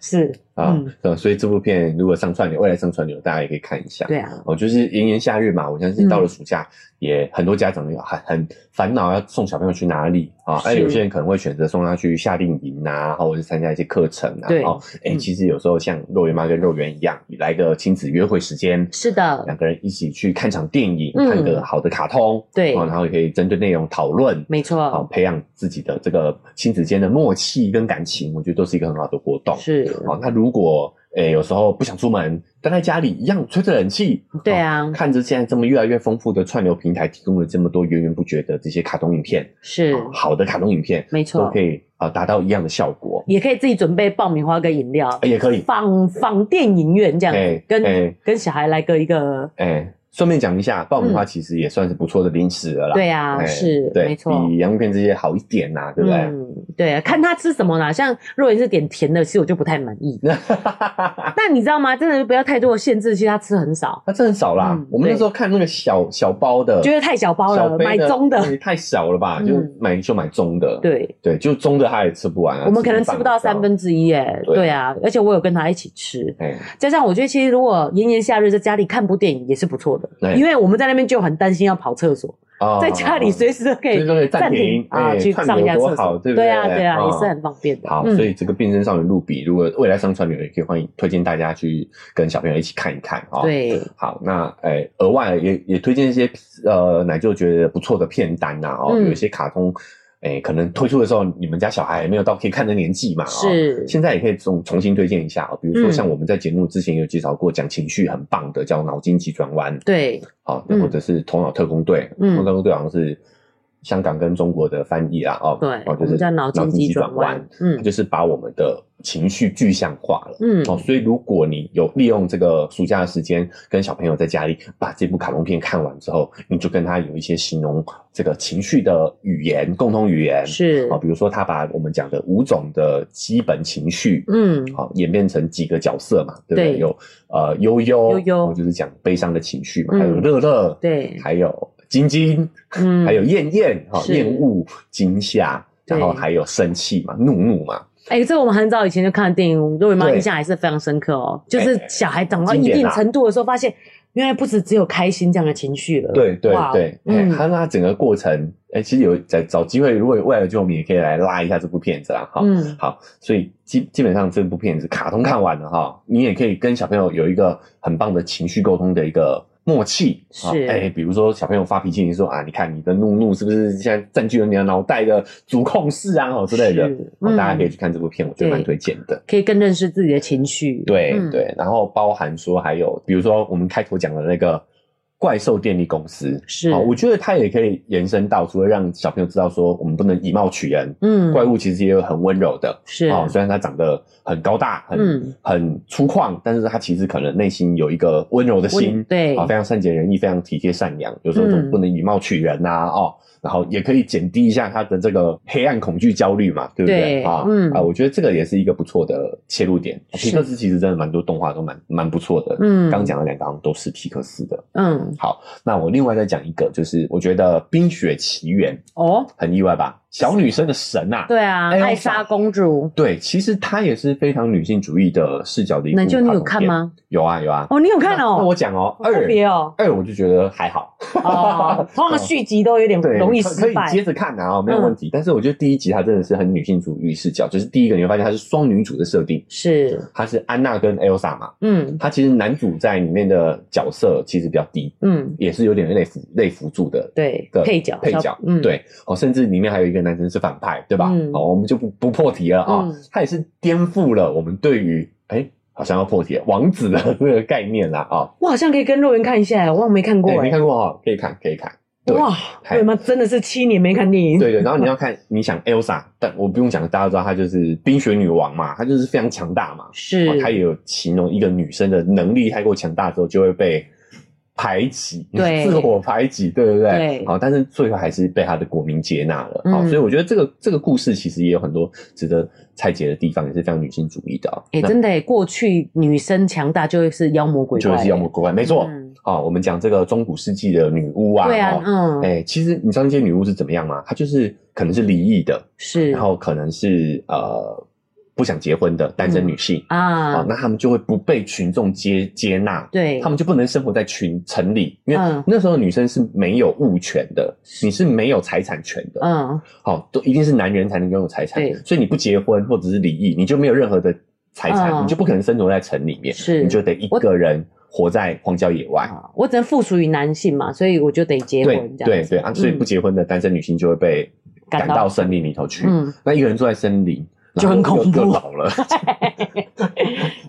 Speaker 2: 是，
Speaker 3: 啊
Speaker 2: 嗯，
Speaker 3: 呃所以这部片如果上串流，未来上串流，大家也可以看一下。
Speaker 2: 对啊，
Speaker 3: 哦，就是炎炎夏日嘛，我相信
Speaker 2: 嗯
Speaker 3: 到了暑假，也很多家长也很很烦恼，要送小朋友去哪里啊？
Speaker 2: 是
Speaker 3: 哎，有些人可能会选择送他去夏令营啊，或者是参加一些课程啊。
Speaker 2: 对
Speaker 3: 哦，哎，
Speaker 2: 嗯
Speaker 3: 其实有时候像肉圆妈跟肉圆一样，来个亲子约会时间。
Speaker 2: 是的，
Speaker 3: 两个人一起去看场电影，
Speaker 2: 嗯
Speaker 3: 看个好的卡通，
Speaker 2: 对
Speaker 3: 哦然后也可以针对内容讨论，
Speaker 2: 没
Speaker 3: 好、
Speaker 2: 错，
Speaker 3: 培养自己的这个亲子间的默契跟感情，我觉得都是一个很好的活动。
Speaker 2: 是，
Speaker 3: 好，那如果诶、有时候不想出门，待在家里一样吹着冷气，
Speaker 2: 对
Speaker 3: 哦
Speaker 2: 啊，
Speaker 3: 看着现在这么越来越丰富的串流平台提供了这么多源源不绝的这些卡通影片，
Speaker 2: 是，
Speaker 3: 哦好的卡通影片
Speaker 2: 嗯没
Speaker 3: 都
Speaker 2: 错
Speaker 3: 可，以啊达到一样的效果，
Speaker 2: 也可以自己准备爆米花跟饮料
Speaker 3: 啊，也可以
Speaker 2: 仿仿电影院这样
Speaker 3: 哎
Speaker 2: 子，跟
Speaker 3: 哎
Speaker 2: 跟小孩来个一个。
Speaker 3: 哎。顺便讲一下，爆米花其实也算是不错的零食了啦。
Speaker 2: 嗯对啊，
Speaker 3: 哎
Speaker 2: 是
Speaker 3: 对，
Speaker 2: 没错
Speaker 3: 比。洋芋片这些好一点呐、对不对？。
Speaker 2: 嗯，对啊，看他吃什么啦。像若言是点甜的，其实我就不太满意
Speaker 3: 那
Speaker 2: 但你知道吗？真的不要太多的限制，其实他吃很少，
Speaker 3: 这很少啦。
Speaker 2: 嗯
Speaker 3: 我们那时候看那个小小包的，
Speaker 2: 觉得太小包
Speaker 3: 小
Speaker 2: 了，
Speaker 3: 杯
Speaker 2: 买中的。
Speaker 3: 嗯太小了吧？
Speaker 2: 嗯
Speaker 3: 就买就买中的。
Speaker 2: 对，
Speaker 3: 对，就中的他也吃不完啊。
Speaker 2: 我们可能
Speaker 3: 只
Speaker 2: 吃
Speaker 3: 能
Speaker 2: 不到
Speaker 3: 半
Speaker 2: 三
Speaker 3: 个
Speaker 2: 分之一耶。
Speaker 3: 对
Speaker 2: 对啊，而且我有跟他一起吃，
Speaker 3: 哎，
Speaker 2: 加上我觉得其实如果炎炎夏日在家里看部电影也是不错
Speaker 3: 对
Speaker 2: 的，因为我们在那边就很担心要跑厕所，
Speaker 3: 哦
Speaker 2: 在家里随时都可以
Speaker 3: 就是可以暂
Speaker 2: 暂
Speaker 3: 停
Speaker 2: 停啊，
Speaker 3: 哎
Speaker 2: 去
Speaker 3: 串
Speaker 2: 上一
Speaker 3: 流
Speaker 2: 下
Speaker 3: 多
Speaker 2: 厕
Speaker 3: 好
Speaker 2: 所。
Speaker 3: 对不
Speaker 2: 对啊，
Speaker 3: 对
Speaker 2: 对啊，
Speaker 3: 哦
Speaker 2: 也是很方便的。
Speaker 3: 好，
Speaker 2: 嗯
Speaker 3: 所以这个变身少女露比，如果未来上串流，也可以欢迎推荐大家去跟小朋友一起看一看啊。哦，
Speaker 2: 对，
Speaker 3: 好，那诶，额外也也推荐一些呃奶舅觉得不错的片单呐、哦，
Speaker 2: 嗯
Speaker 3: 有一些卡通。诶，可能推出的时候，你们家小孩还没有到可以看的年纪嘛？哦
Speaker 2: 是
Speaker 3: 现在也可以重重新推荐一下哦。比如说，
Speaker 2: 嗯
Speaker 3: 像我们在节目之前有介绍过讲情绪很棒的，叫《脑筋急转弯》。
Speaker 2: 对，
Speaker 3: 好，
Speaker 2: 嗯
Speaker 3: 或者是头脑特工队，
Speaker 2: 嗯
Speaker 3: 头脑特工队好像是香港跟中国的翻译啦，哦，
Speaker 5: 对
Speaker 3: 哦，
Speaker 5: 我
Speaker 3: 就
Speaker 5: 们
Speaker 3: 是
Speaker 5: 叫脑筋急
Speaker 3: 急
Speaker 5: 转
Speaker 3: 弯
Speaker 5: 弯，嗯
Speaker 3: 它就是把我们的情绪具象化了。
Speaker 5: 嗯
Speaker 3: 哦，所以如果你有利用这个暑假的时间，跟小朋友在家里把这部卡通片看完之后，你就跟他有一些形容这个情绪的语言、共同语言
Speaker 5: 嗯是
Speaker 3: 哦，比如说他把我们讲的五种的基本情绪，
Speaker 5: 嗯
Speaker 3: 好、演变成几个角色嘛，对不对？
Speaker 5: 对
Speaker 3: 有呃悠悠，
Speaker 5: 悠悠
Speaker 3: 哦就是讲悲伤的情绪嘛，
Speaker 5: 嗯
Speaker 3: 还有乐乐，
Speaker 5: 对
Speaker 3: 还有晶晶，
Speaker 5: 嗯
Speaker 3: 还有艳艳，哈、
Speaker 5: 是
Speaker 3: 厌恶、惊吓，然后
Speaker 5: 对
Speaker 3: 还有生气嘛，怒怒嘛，
Speaker 5: 哎、这我们很早以前就看的电影，我对我妈
Speaker 3: 对哎
Speaker 5: 印象还是非常深刻哦。就是小孩长到
Speaker 3: 经
Speaker 5: 一
Speaker 3: 典
Speaker 5: 定
Speaker 3: 啊
Speaker 5: 程度的时候，发现原来不止只有开心这样的情绪了。
Speaker 3: 对对
Speaker 5: 哇
Speaker 3: 对，哎，
Speaker 5: 嗯
Speaker 3: 他那整个过程，哎，其实有在找机会，如果有未来有机会，我们也可以来拉一下这部片子啦，哈。
Speaker 5: 嗯，
Speaker 3: 好，所以基基本上这部片子卡通看完了哈，你也可以跟小朋友有一个很棒的情绪沟通的一个默契。啊
Speaker 5: 是
Speaker 3: 哎，比如说小朋友发脾气，你说啊，你看你的怒怒是不是现在占据了你的脑袋的主控室啊，哦之类的，
Speaker 5: 是
Speaker 3: 哦大家可以
Speaker 5: 嗯
Speaker 3: 去看这部片，我觉
Speaker 5: 对
Speaker 3: 得蛮推荐的。
Speaker 5: 可以更认识自己的情绪。
Speaker 3: 对、
Speaker 5: 嗯
Speaker 3: 对，然后包含说还有，比如说我们开头讲的那个怪兽电力公司，
Speaker 5: 是
Speaker 3: 哦我觉得它也可以延伸到，除了让小朋友知道说我们不能以貌取人，
Speaker 5: 嗯，
Speaker 3: 怪物其实也有很温柔的，
Speaker 5: 是
Speaker 3: 哦，虽然它长得很高大，很、
Speaker 5: 嗯
Speaker 3: 很粗犷，但是它其实可能内心有一个温柔的心
Speaker 5: 温，对
Speaker 3: 啊、非常善解人意，非常体贴善良，有时候
Speaker 5: 嗯
Speaker 3: 总不能以貌取人呐、哦。然后也可以减低一下他的这个黑暗恐惧焦虑嘛，对不
Speaker 5: 对
Speaker 3: 对啊？
Speaker 5: 嗯
Speaker 3: 啊，我觉得这个也是一个不错的切入点。啊
Speaker 5: 是
Speaker 3: 皮克斯其实真的蛮多动画都蛮蛮不错的，
Speaker 5: 嗯
Speaker 3: 刚讲的两个好像都是皮克斯的。
Speaker 5: 嗯
Speaker 3: 好，那我另外再讲一个，就是我觉得《冰雪奇缘》
Speaker 5: 哦，
Speaker 3: 很意外吧，小女生的神啊，
Speaker 5: 对啊，
Speaker 3: 艾
Speaker 5: 艾
Speaker 3: 莎
Speaker 5: 莎公主，
Speaker 3: 对，其实它也是非常女性主义的视角的一部。
Speaker 5: 那就你有看？吗？
Speaker 3: 有啊，有啊。
Speaker 5: 哦，你有看
Speaker 3: 那
Speaker 5: 哦，
Speaker 3: 那我讲哦，
Speaker 5: 好特
Speaker 3: 二
Speaker 5: 别哦。
Speaker 3: 二我就觉得还好，
Speaker 5: 哦，通常续集都有点
Speaker 3: 嗯对，
Speaker 5: 容易
Speaker 3: 可
Speaker 5: 失
Speaker 3: 可
Speaker 5: 败嗯
Speaker 3: 以。接着看啊，没有问题。但是我觉得第一集它真的是很女性主义视角，就是第一个你会发现它是双女主的设定，
Speaker 5: 是，
Speaker 3: 它是安娜跟 Elsa 嘛，
Speaker 5: 嗯
Speaker 3: 它其实男主在里面的角色其实比较低，
Speaker 5: 嗯，
Speaker 3: 也是有点类辅类辅助的
Speaker 5: 对
Speaker 3: 的，
Speaker 5: 配角
Speaker 3: 配
Speaker 5: 小
Speaker 3: 角，
Speaker 5: 嗯
Speaker 3: 对哦，甚至里面还有一个男生是反派，对吧？
Speaker 5: 嗯
Speaker 3: 哦，我们就不不破题了啊、哦
Speaker 5: 嗯
Speaker 3: 他也是颠覆了我们对于哎，好像要破题了王子的这个概念啦啊、哦，
Speaker 5: 我好像可以跟肉圆看一下，我好像没看过
Speaker 3: 对，没
Speaker 5: 哎。
Speaker 3: 看过哈、哦，可以看，可以看，对。
Speaker 5: 哇，
Speaker 3: 还
Speaker 5: 对吗？真的是七年没看电影。
Speaker 3: 对对，然后你要看，你想 Elsa，但我不用讲，大家都知道她就是冰雪女王嘛，她就是非常强大嘛。
Speaker 5: 是
Speaker 3: 哦，她也有形容一个女生的能力太过强大之后就会被排挤，
Speaker 5: 对
Speaker 3: 自我排挤，对不对？
Speaker 5: 对
Speaker 3: 好，但是最后还是被她的国民接纳了。好、
Speaker 5: 嗯
Speaker 3: 所以我觉得这个这个故事其实也有很多值得拆解的地方，也是非常女性主义的、哦。
Speaker 5: 哎、
Speaker 3: 那
Speaker 5: 真的、欸，过去女生强大就是妖魔鬼怪、
Speaker 3: 就是妖魔鬼怪，没错。
Speaker 5: 嗯
Speaker 3: 好、我们讲这个中古世纪的女巫啊，
Speaker 5: 对啊
Speaker 3: 哦，
Speaker 5: 嗯，
Speaker 3: 哎、其实你知道那些女巫是怎么样吗？她就是可能是离异的，
Speaker 5: 是，
Speaker 3: 然后可能是呃不想结婚的单身女性、
Speaker 5: 啊，
Speaker 3: 啊，那她们就会不被群众接接纳，
Speaker 5: 对，
Speaker 3: 她们就不能生活在群城里，因
Speaker 5: 嗯
Speaker 3: 为那时候的女生是没有物权的，你是没有财产权的，
Speaker 5: 嗯，
Speaker 3: 好、都一定是男人才能拥有财产
Speaker 5: 对，
Speaker 3: 所以你不结婚或者是离异，你就没有任何的财产，
Speaker 5: 嗯
Speaker 3: 你就不可能生活在城里面，
Speaker 5: 是
Speaker 3: 你就得一
Speaker 5: 我
Speaker 3: 个人活在荒郊野外。
Speaker 5: 啊我只能附属于男性嘛，所以我就得结
Speaker 3: 哎对
Speaker 5: 婚这样子。嗯
Speaker 3: 对对啊，所以不结婚的单身女性就会被
Speaker 5: 赶
Speaker 3: 赶
Speaker 5: 到
Speaker 3: 到森林里头去。
Speaker 5: 嗯，
Speaker 3: 那一个人住在森林，
Speaker 5: 就很
Speaker 3: 然后又
Speaker 5: 恐怖
Speaker 3: 又 老了。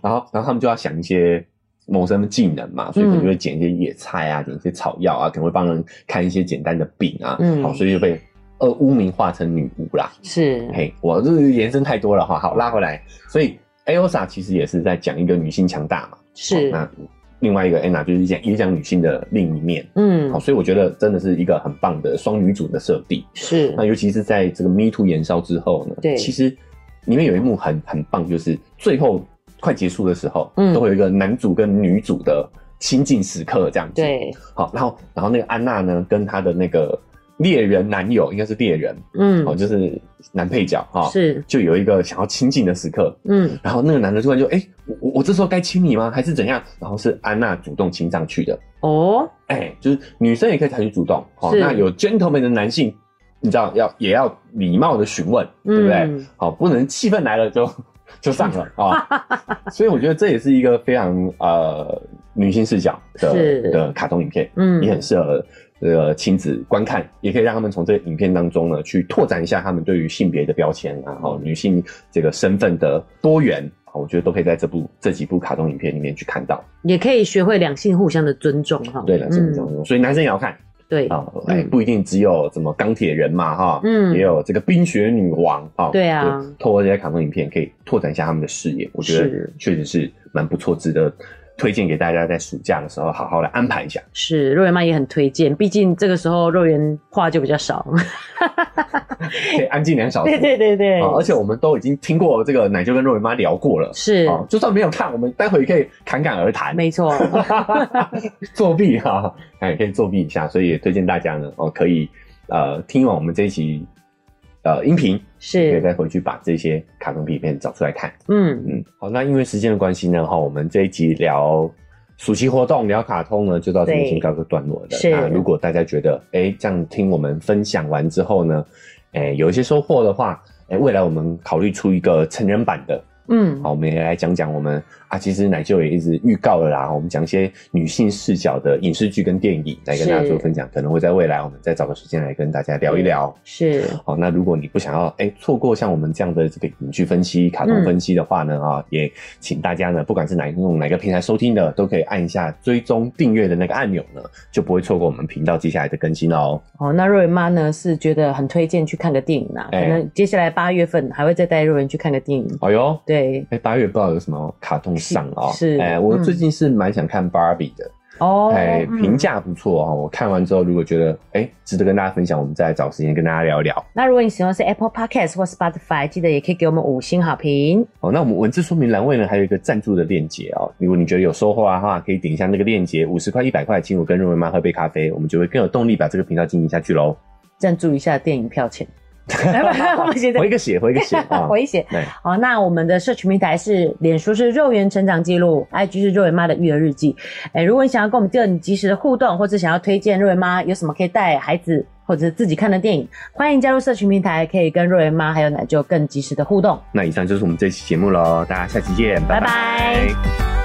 Speaker 3: 然后，然后他们就要想一些谋生技能嘛，所以可能就会
Speaker 5: 嗯
Speaker 3: 捡一些野菜啊，捡一些草药啊，可能会帮人看一些简单的病啊。
Speaker 5: 嗯
Speaker 3: 好，所以就被呃污名化成女巫啦。
Speaker 5: 是，
Speaker 3: 嘿，我这个延伸太多了哈，好拉回来。所以 Elsa 其实也是在讲一个女性强大嘛。
Speaker 5: 是，
Speaker 3: 那另外一个 Anna 就是讲也讲女性的另一面。好，
Speaker 5: 嗯，
Speaker 3: 所以我觉得真的是一个很棒的双女主的设定。
Speaker 5: 是
Speaker 3: 那，尤其是在这个 Me Too 燃烧之后呢，
Speaker 5: 对
Speaker 3: 其实里面有一幕很很棒，就是最后快结束的时候，
Speaker 5: 嗯
Speaker 3: 都会有一个男主跟女主的亲近时刻这样子。，
Speaker 5: 对，
Speaker 3: 好，然后然后那个安娜呢，跟她的那个猎人男友，应该是猎人，
Speaker 5: 嗯，
Speaker 3: 哦，就是男配角哈，
Speaker 5: 是，
Speaker 3: 就有一个想要亲近的时刻，
Speaker 5: 嗯，
Speaker 3: 然后那个男的突然就，哎、我我我这时候该亲你吗？还是怎样？然后是安娜主动亲上去的，
Speaker 5: 哦，
Speaker 3: 哎、就是女生也可以采取主动，好、
Speaker 5: 是
Speaker 3: 那有 gentleman 的男性，你知道要也要礼貌的询问，对不对？
Speaker 5: 嗯
Speaker 3: 好、不能气氛来了就就上了 啊、所以我觉得这也是一个非常呃女性视角
Speaker 5: 是
Speaker 3: 的的卡通影片，
Speaker 5: 嗯
Speaker 3: 也很适合呃亲子观看，也可以让他们从这个影片当中呢去拓展一下他们对于性别的标签啊，然后女性这个身份的多元。好我觉得都可以在这部这几部卡通影片里面去看到，
Speaker 5: 也可以学会两性互相的尊重哈。
Speaker 3: 对了，这
Speaker 5: 嗯
Speaker 3: 种、所以男生也要看，
Speaker 2: 对
Speaker 3: 啊，哎，不一定只有什么钢铁人嘛，哈，
Speaker 2: 嗯
Speaker 3: 也有这个冰雪女王啊，
Speaker 2: 对啊
Speaker 3: 就透过这些卡通影片可以拓展一下他们的视野，我觉得
Speaker 2: 是
Speaker 3: 确实是蛮不错，值得推荐给大家在暑假的时候好好来安排 一下。
Speaker 2: 是肉圆妈也很推荐，毕竟这个时候肉圆话就比较少。
Speaker 3: 可以安静两小时。
Speaker 2: 对对对对，
Speaker 3: 啊，而且我们都已经听过这个奶舅跟肉圆妈聊过了，
Speaker 2: 是、
Speaker 3: 啊，就算没有看，我们待会也可以侃侃而谈，
Speaker 2: 没错，
Speaker 3: 作弊哈、啊，哎，可以作弊一下，所以也推荐大家呢，哦，可以呃听完我们这一期呃音频，可以
Speaker 2: 是
Speaker 3: 再回去把这些卡通影片找出来看。
Speaker 2: 嗯，
Speaker 3: 嗯，好，那因为时间的关系呢，哈，我们这一集聊暑期活动、聊卡通呢，就到这边
Speaker 2: 对
Speaker 3: 先告个段落了。
Speaker 2: 是
Speaker 3: 那如果大家觉得，哎、这样听我们分享完之后呢，哎、有一些收获的话，哎、未来我们考虑出一个成人版的，
Speaker 2: 嗯
Speaker 3: 好，我们也来讲讲我们啊，其实奶舅也一直预告了啦，我们讲一些女性视角的影视剧跟电影来跟大家做分享，可能会在未来我们再找个时间来跟大家聊一聊。
Speaker 2: 是
Speaker 3: 好，那如果你不想要哎错过像我们这样的这个影剧分析、卡
Speaker 2: 嗯
Speaker 3: 通分析的话呢，啊，也请大家呢，不管是哪一种哪个平台收听的，都可以按一下追踪订阅的那个按钮呢，就不会错过我们频道接下来的更新哦。
Speaker 2: 哦。那肉圆妈呢是觉得很推荐去看个电影啊啦，可
Speaker 3: 哎
Speaker 2: 能接下来八月份还会再带肉圆去看个电影。
Speaker 3: 哎呦，
Speaker 2: 对
Speaker 3: 哎，八月不知道有什么卡通上哦，
Speaker 2: 是
Speaker 3: 哎，我
Speaker 2: 嗯
Speaker 3: 最近是蛮想看芭比的，
Speaker 2: 哦，
Speaker 3: 哎，
Speaker 2: 嗯
Speaker 3: 评价不错哦。我看完之后，如果觉得哎值得跟大家分享，我们再找时间跟大家聊一聊。
Speaker 2: 那如果你喜欢是 Apple Podcast 或 Spotify，记得也可以给我们五星好评。
Speaker 3: 哦，那我们文字说明栏位呢，还有一个赞助的链接哦。如果你觉得有收获的话，可以点一下那个链接，五十块、一百块，请我跟瑞文妈喝杯咖啡，我们就会更有动力把这个频道经营下去喽。
Speaker 2: 赞助一下电影票 钱。来吧，我们现在
Speaker 3: 回一个血，回一个 血啊！
Speaker 2: 回血。
Speaker 3: 对，
Speaker 2: 好，那我们的社群平台是脸书是肉圆成长记录，IG 是肉圆妈的育儿日记。哎，如果你想要跟我们第二及时的互动，或者想要推荐肉圆妈有什么可以带孩子或者是自己看的电影，欢迎加入社群平台，可以跟肉圆妈还有奶舅更及时的互动。
Speaker 3: 那以上就是我们这期节目喽，大家下期见，
Speaker 2: 拜拜
Speaker 3: 拜